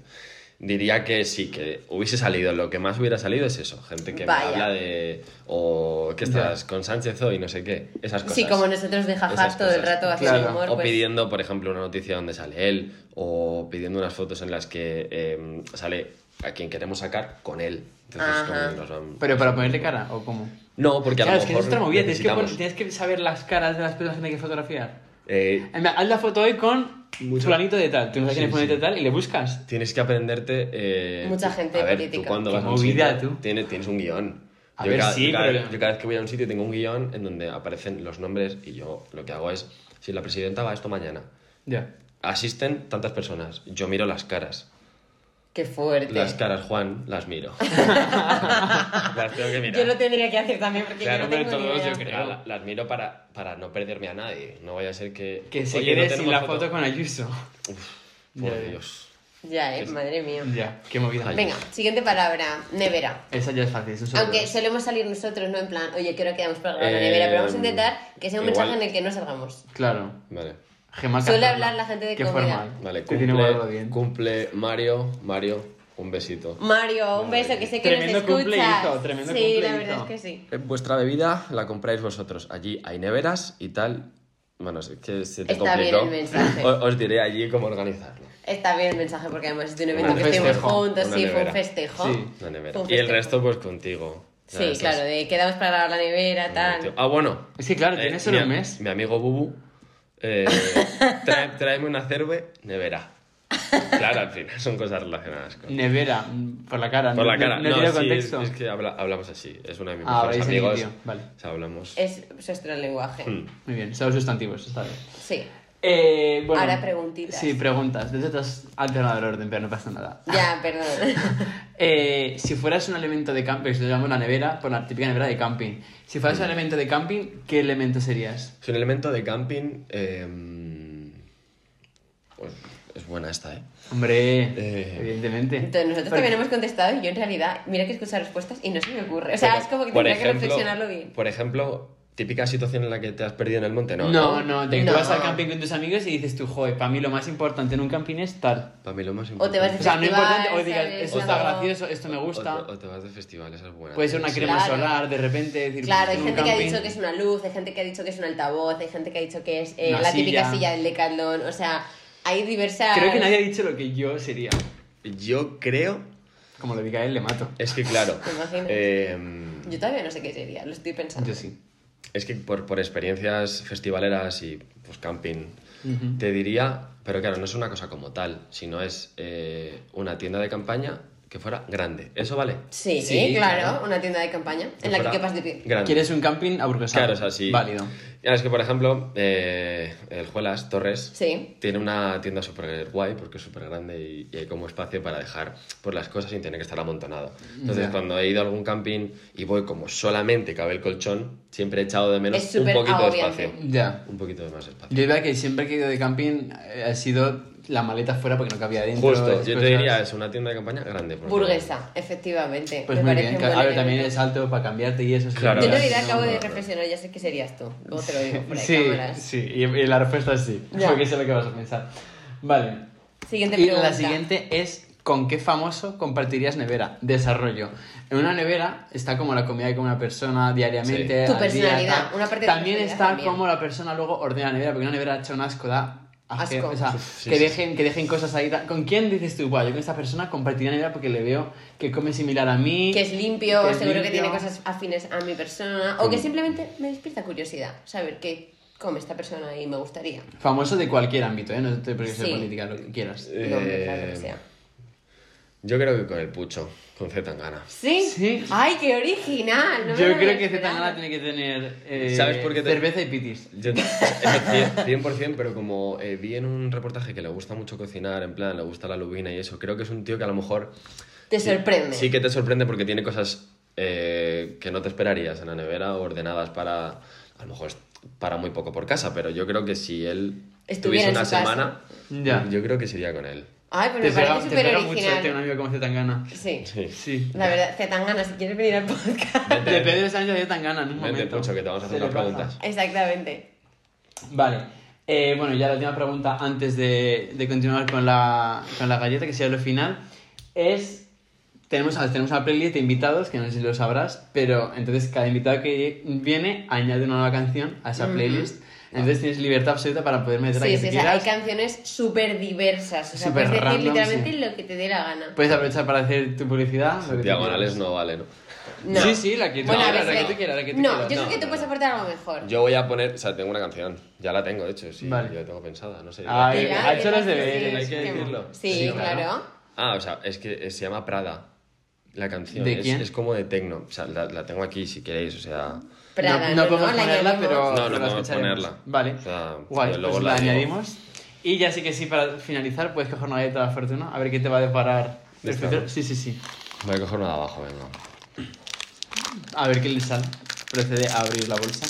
S4: Diría que sí, que hubiese salido. Lo que más hubiera salido es eso. Gente que me
S2: Vaya.
S4: habla de. O que estás con Sánchez hoy, no sé qué. Esas cosas.
S2: Sí, como nosotros de jaja
S4: Esas
S2: todo el
S4: cosas.
S2: rato haciendo
S3: Claro.
S2: humor.
S4: O
S2: pues-
S4: pidiendo, por ejemplo, una noticia donde sale él, o pidiendo unas fotos en las que eh, sale a quien queremos sacar con él. Entonces, como
S2: Ajá.
S4: nos van-
S3: Pero para ponerle cara, ¿o cómo?
S4: No, porque a
S3: claro,
S4: lo
S3: es que
S4: mejor
S3: eso es otra movida. Tienes que,
S4: necesitamos-
S3: pon- tienes que saber las caras de las personas que hay que fotografiar.
S4: Eh,
S3: En plan, Haz la foto hoy con fulanito de tal. Tú no sabes
S4: Sí,
S3: quién es fulanito
S4: sí.
S3: de tal y le buscas.
S4: tienes que aprenderte. eh,
S2: Mucha
S4: tú-
S2: gente
S4: a ver,
S2: política.
S4: Tú cuando
S3: Qué
S4: vas a un
S3: movida,
S4: sitio,
S3: tú.
S4: Tienes, tienes un guión.
S3: A ver, sí,
S4: cada,
S3: pero-
S4: yo cada vez que voy a un sitio tengo un guión en donde aparecen los nombres y yo lo que hago es: si la presidenta va esto mañana,
S3: Ya.
S4: asisten tantas personas, yo miro las caras.
S2: Qué fuerte.
S4: Las caras, Juan, las miro. las tengo que mirar.
S2: Yo lo tendría que hacer también porque
S4: Claro,
S2: yo no
S3: hombre,
S2: tengo ni
S3: todos,
S2: idea.
S3: yo creo.
S4: Pero la- las miro para, para no perderme a nadie. No vaya a ser que.
S3: Que se
S4: Oye,
S3: quede
S4: no
S3: sin
S4: tenemos
S3: la foto con Ayuso. Ya,
S4: Por
S3: ya.
S4: Dios.
S2: Ya, eh, madre mía.
S3: Ya, qué movida.
S4: Ay.
S2: Venga, siguiente palabra, nevera.
S3: Esa ya es fácil. es un solo
S2: Aunque
S3: dos.
S2: solemos salir nosotros, no en plan, oye, creo que quedamos para grabar la
S4: Eh,
S2: nevera, pero vamos a intentar que sea un
S4: igual-
S2: mensaje en el que no salgamos.
S3: Claro.
S4: Vale.
S3: Gemma
S2: Suele
S3: Cazorla.
S2: hablar la gente de
S3: Qué
S2: comida.
S3: formal.
S4: Vale,
S3: Te Este tiene guardado
S4: cumple,
S3: bien.
S4: cumple Mario, Mario, un besito.
S2: Mario, un beso, que sé que
S3: Tremendo
S2: nos escuchas.
S3: cumple, hijo, tremendo
S2: sí,
S3: cumple,
S2: la verdad
S3: hijo.
S2: es que sí.
S4: Eh, Vuestra bebida la compráis vosotros. Allí hay neveras y tal. Bueno, es que se te
S2: Está bien
S4: complicó.
S2: el mensaje.
S4: O- Os diré allí cómo organizarlo.
S2: Está bien el mensaje porque además es de un evento
S4: Un
S2: que estuvimos
S3: festejo,
S2: juntos,
S4: una
S2: sí, fue un
S4: nevera.
S2: festejo.
S3: Sí.
S4: La nevera.
S2: Fue un
S4: Y el
S2: festejo.
S4: resto, pues contigo.
S2: Sí,
S4: Ya, estás-
S2: claro, de quedamos para grabar la nevera, tal.
S4: Ah, bueno.
S3: Es que claro, tienes solo
S4: mi- eh,
S3: un mes.
S4: Mi amigo Bubu, eh, trae- tráeme una cerve, nevera. Claro, al final son cosas relacionadas con...
S3: Nevera, mm, por la cara.
S4: Por
S3: no-
S4: la cara.
S3: No,
S4: No,
S3: no tiene
S4: sí, es,
S3: contexto.
S4: es que habla- hablamos así. Es uno de mis
S3: Ah,
S4: mejores
S3: habláis en
S4: amigos.
S3: indio, vale. Eh.
S4: O sea, hablamos...
S2: Es nuestro lenguaje.
S4: Mm.
S3: Muy bien, son los sustantivos, está bien.
S2: Sí.
S3: Eh, bueno,
S2: Ahora preguntitas.
S3: Sí, preguntas. De hecho, te has alternado el orden, pero no pasa nada.
S2: Ya, perdón.
S3: Eh, si fueras un elemento de camping, si te llamo una nevera, por la típica nevera de camping. Si fueras
S4: Mm.
S3: un elemento de camping, ¿qué elemento serías?
S4: Es un elemento de camping... eh, pues, es buena esta, ¿eh?
S3: Hombre,
S4: Eh,
S3: evidentemente.
S2: Entonces, nosotros
S3: Porque-
S2: también hemos contestado y yo en realidad, mira que escuchar respuestas y no se me ocurre. O sea,
S4: Pero,
S2: es como que
S4: por
S2: tendría que
S4: ejemplo-
S2: reflexionarlo bien.
S4: Por ejemplo, típica situación en la que te has perdido en el monte, ¿no?
S3: No, no, te, tú
S2: No.
S3: vas al camping con tus amigos y dices tú, joder, para mí lo más importante en un camping es tal.
S4: Para mí lo más
S2: O
S4: importante...
S2: te vas
S3: O sea, no
S2: Festival,
S3: importante, o digas,
S2: sales,
S3: esto está
S2: algo-
S3: gracioso, esto me gusta.
S4: O te, o te vas de festival, esa es buena.
S3: Puede ser una
S4: Sí.
S3: crema
S2: Claro.
S3: solar, de repente. Decir,
S2: Claro, hay
S3: en un
S2: gente que ha
S3: camping.
S2: dicho que es una luz, hay gente que ha dicho que es un altavoz, hay gente que ha dicho que es eh,
S3: Una
S2: la típica
S3: silla.
S2: silla del decaldón. O sea, hay diversas.
S3: Creo que nadie ha dicho lo que yo sería.
S4: Yo creo...
S3: Como lo diga él, le mato.
S4: Es que claro...
S2: ¿Te imaginas?
S4: eh,
S2: Yo todavía no sé qué sería, lo estoy pensando.
S3: Yo sí.
S4: Es que por, por experiencias festivaleras y pues camping,
S3: Ujú.
S4: te diría, pero claro, no es una cosa como tal, sino es eh, una tienda de campaña que fuera grande. ¿Eso vale?
S2: Sí,
S3: Sí,
S2: claro,
S3: claro.
S2: una tienda de campaña en la que
S4: fuera
S2: quepas de pie.
S4: Grande.
S3: ¿Quieres un camping aburguesado?
S4: Claro, o sea, sí.
S3: Válido.
S4: Ya, es que, por ejemplo, eh, el Juelas Torres
S2: Sí.
S4: tiene una tienda súper guay porque es súper grande y, y hay como espacio para dejar pues, las cosas sin tener que estar amontonado. Entonces,
S3: Ya.
S4: cuando he ido a algún camping y voy como solamente cabe el colchón, siempre he echado de menos
S2: Es
S4: un
S2: súper
S4: poquito
S2: agobiante.
S4: de espacio.
S3: Ya.
S4: Un poquito de más espacio.
S3: Yo diría que siempre que he ido de camping eh, ha sido la maleta fuera porque no cabía dentro.
S4: Justo,
S3: esas
S4: yo te
S3: cosas.
S4: diría, es una tienda de campaña grande. porque-
S2: Burguesa, efectivamente.
S3: Pues
S2: me
S3: muy
S2: parece
S3: bien,
S2: un
S3: claro, a
S2: buen
S3: ver, también
S2: elemento.
S3: es alto para cambiarte y eso. sí.
S4: Claro.
S2: Yo en
S4: Ahora,
S2: realidad
S4: no,
S2: acabo de
S4: no, no.
S2: reflexionar, ya sé que serías tú. Luego te lo digo por ahí,
S3: Sí,
S2: cámaras.
S3: sí, y, y la respuesta es sí,
S2: Ya.
S3: porque sé lo que vas a pensar. Vale.
S2: Siguiente
S3: Y
S2: pregunta.
S3: la siguiente es, ¿con qué famoso compartirías nevera? Desarrollo. En una nevera está como la comida que come una persona diariamente.
S2: Sí. Tu
S3: al
S2: personalidad,
S3: tal.
S2: una parte de tu
S3: También
S2: personalidad
S3: está
S2: también.
S3: como la persona luego ordena la nevera, porque una nevera hecha un asco, da... aje-
S2: Asco.
S3: O sea,
S4: Sí,
S3: que,
S4: sí,
S3: dejen, que dejen cosas ahí. tal. ¿Con quién dices tú, "Buah, yo con esta persona compartiría nevera porque le veo que come similar a mí?
S2: Que es limpio,
S3: que es
S2: seguro que tiene
S3: limpio"?
S2: cosas afines a mi persona. O que simplemente me despierta curiosidad saber qué come esta persona y me gustaría.
S3: Famoso de cualquier ámbito, ¿eh? No te porque sea
S2: Sí.
S3: política, lo que quieras.
S4: Eh,
S2: No, hombre, claro que sea.
S4: Yo creo que con el pucho, con Z Tangana.
S2: ¿Sí?
S3: Sí.
S2: ¡Ay, qué original! No me lo
S3: Yo
S2: había
S3: creo que este
S2: esperado.
S3: Zetangana tiene que tener eh,
S4: ¿Sabes por qué te-
S3: cerveza y pitis.
S4: Yo, eso, 100%, 100%, pero como eh, vi en un reportaje que le gusta mucho cocinar, en plan, le gusta la lubina y eso, creo que es un tío que a lo mejor...
S2: Te
S4: sí-
S2: sorprende.
S4: Sí, que te sorprende porque tiene cosas eh, que no te esperarías en la nevera, ordenadas para... A lo mejor es para muy poco por casa, pero yo creo que si él
S2: Estuviera
S4: tuviese
S2: en
S4: una
S2: su casa.
S4: semana,
S3: Ya.
S4: yo creo que sería con él.
S2: Ay, pues me parece
S3: te
S2: súper
S3: pega mucho tener un
S2: original.
S3: amigo como Zetangana.
S2: Sí.
S4: Sí.
S3: Sí.
S2: La verdad, Zetangana, si quieres venir al podcast.
S4: Vente,
S3: De
S4: vente.
S3: Pedro Sánchez de Zetangana en un
S4: Vente,
S3: momento.
S4: Pucho, que te vamos a
S3: Se
S4: hacer
S3: le
S4: unas
S3: pasa.
S4: preguntas.
S2: Exactamente.
S3: Vale. Eh, bueno, ya la última pregunta antes de, de continuar con la, con la galleta, que sea lo final, es... Tenemos, a- tenemos una playlist de invitados, que no sé si lo sabrás, pero entonces cada invitado que viene añade una nueva canción a esa
S2: Ujú.
S3: playlist. Entonces tienes libertad absoluta para poder meter la
S2: Sí,
S3: que
S2: sí,
S3: te
S2: o sea, hay
S3: quieras.
S2: canciones súper diversas. O sea,
S3: Súper
S2: puedes decir
S3: random,
S2: literalmente
S3: sí.
S2: lo que te dé la gana.
S3: Puedes aprovechar para hacer tu publicidad. lo que tú
S4: Diagonales
S3: quieras.
S4: no vale, ¿no?
S2: No.
S3: Pues, Sí, sí, la que tú
S2: Bueno, a
S3: quieras,
S2: ver,
S3: la
S2: sí.
S3: que tú quieras, la que tú
S2: No,
S3: quieras.
S2: yo
S4: No,
S2: sé que tú
S4: no,
S2: puedes
S4: no.
S2: aportar algo mejor.
S4: Yo voy a poner, o sea, tengo una canción, ya la tengo, de hecho, sí,
S3: Vale.
S4: ya tengo pensada, no sé.
S3: Ay,
S4: La tengo.
S2: Mira,
S3: ha hecho
S2: ¿qué
S3: los
S2: tal?
S3: deberes,
S4: hay que decirlo.
S2: Sí,
S4: Sí,
S2: claro.
S4: claro. Ah, o sea, es que eh, se llama Prada, la canción.
S3: ¿De
S4: es,
S3: quién?
S4: es como de tecno, o sea, la, la tengo aquí si queréis, o sea...
S2: Prada,
S3: no,
S2: no,
S3: no podemos
S2: no, la
S3: ponerla,
S2: añadimos.
S3: pero.
S4: No, no
S3: pero la
S4: podemos
S3: escucharemos.
S4: ponerla.
S3: Vale.
S4: O sea,
S3: Guay,
S4: luego
S3: pues
S4: la
S3: la,
S4: digo.
S3: añadimos. Y ya sí que sí, para finalizar, puedes coger una galleta de la fortuna, a ver qué te va a deparar. el
S4: Esta,
S3: futuro.
S4: ¿no?
S3: Sí, sí, sí.
S4: Voy a coger una de abajo, venga.
S3: A ver qué le sale. Procede a abrir la bolsa.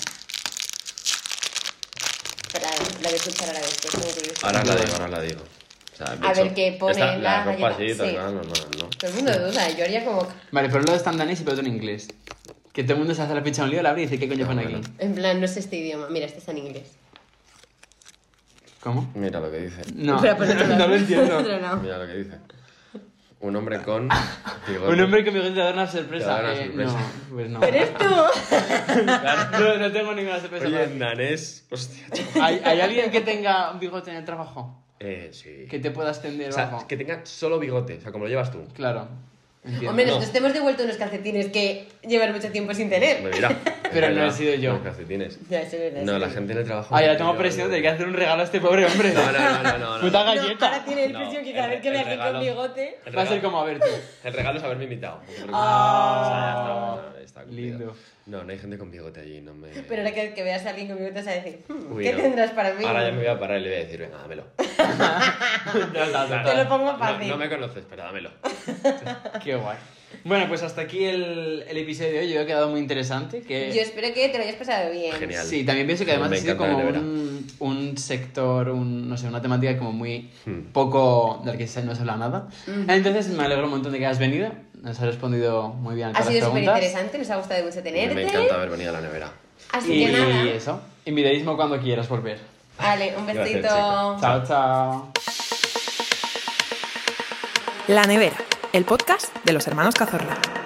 S2: Prada, la voy a escuchar ahora después. ¿cómo te digo?
S4: Ahora la digo, ahora la digo. O sea, de
S2: A
S4: hecho,
S2: ver qué pone
S4: esta-
S2: la
S4: La ropa
S2: galleta,
S4: así, tal
S2: sí.
S4: cual, normal, ¿no?
S2: Todo el mundo duda, yo haría como...
S3: Vale, por un lado está en danés y por otro en inglés. Que todo el mundo se hace la pincha un lío, la abre y dice, ¿qué coño
S4: Ah,
S3: pone
S4: bueno.
S3: aquí?
S2: En plan, no sé este idioma. Mira, este está en inglés.
S3: ¿Cómo?
S4: Mira lo que dice,
S3: No,
S2: Espera, pues otro
S3: no
S2: lado.
S3: lo entiendo.
S2: Otro lado.
S4: mira lo que dice. Un hombre con... bigote.
S3: Un hombre que me gusta dar una sorpresa.
S4: Te va a dar una
S3: Eh,
S4: sorpresa.
S3: No, pues no.
S2: ¿Eres tú?
S3: No, no tengo ninguna sorpresa.
S4: Oye,
S3: para
S4: en danés, hostia, chaval.
S3: ti. ¿Hay, hay alguien que tenga un bigote en el trabajo?
S4: Eh, sí.
S3: Que te puedas tender
S4: O sea,
S3: bajo.
S4: que tenga solo bigote, o sea, como lo llevas tú.
S3: Claro. Entiendo.
S2: Hombre,
S4: No.
S2: nosotros te hemos devuelto unos calcetines que llevas mucho tiempo sin
S4: Me
S2: tener.
S4: dirá.
S3: Pero
S4: Es
S3: no
S4: verdad,
S3: he sido yo.
S4: los calcetines.
S2: Ya, eso es verdad,
S4: No,
S2: sí.
S4: la gente en el trabajo.
S3: Ah, ya
S4: no,
S3: tengo
S4: yo-
S3: presión de que hacer un regalo a este pobre hombre.
S4: No, no, no, no. no, no.
S3: Puta
S2: No,
S3: galleta.
S2: ahora tiene la impresión
S4: No,
S2: que cada
S4: el-
S2: vez que me
S4: el
S2: hace con
S4: regalo-
S2: bigote.
S4: El
S3: Va a ser
S4: regalo-
S3: como a ver tú.
S4: El regalo es haberme invitado.
S3: Ah.
S4: O sea, ya está, está cumplido.
S3: Lindo.
S4: No, no hay gente con bigote allí, no me.
S2: Pero ahora que, que veas a alguien con bigote vas a decir, "Hmm,
S4: Uy,
S2: ¿qué
S4: no.
S2: tendrás para mí?
S4: Ahora ya me voy a parar y le voy a decir, venga, dámelo.
S3: Ya está, ya está.
S2: Te lo pongo
S4: No,
S2: fácil.
S4: No, me conoces, pero dámelo.
S3: Qué guay. Bueno, pues hasta aquí el, el episodio de hoy. Yo he quedado muy interesante. Que...
S2: Yo espero que te lo hayas pasado bien.
S4: Genial.
S3: Sí, también pienso que además
S4: Me
S3: ha sido
S4: encanta
S3: como
S4: la nevera.
S3: un, un sector, un, no sé, una temática como muy
S4: Hmm.
S3: poco del que se- no se habla nada.
S2: Hmm.
S3: Entonces me alegro un montón de que has venido, nos has respondido muy bien a
S2: Ha
S3: todas
S2: sido
S3: las
S2: súper
S3: preguntas.
S2: interesante, nos ha gustado mucho tenerte.
S4: Me encanta haber venido a la nevera.
S2: Así
S3: Y,
S2: que nada.
S3: eso, invitaísmo cuando quieras volver.
S2: Vale, un
S4: Gracias,
S2: besito.
S4: chicas.
S3: Chao, chao.
S1: La Nevera, el podcast de los hermanos Cazorla.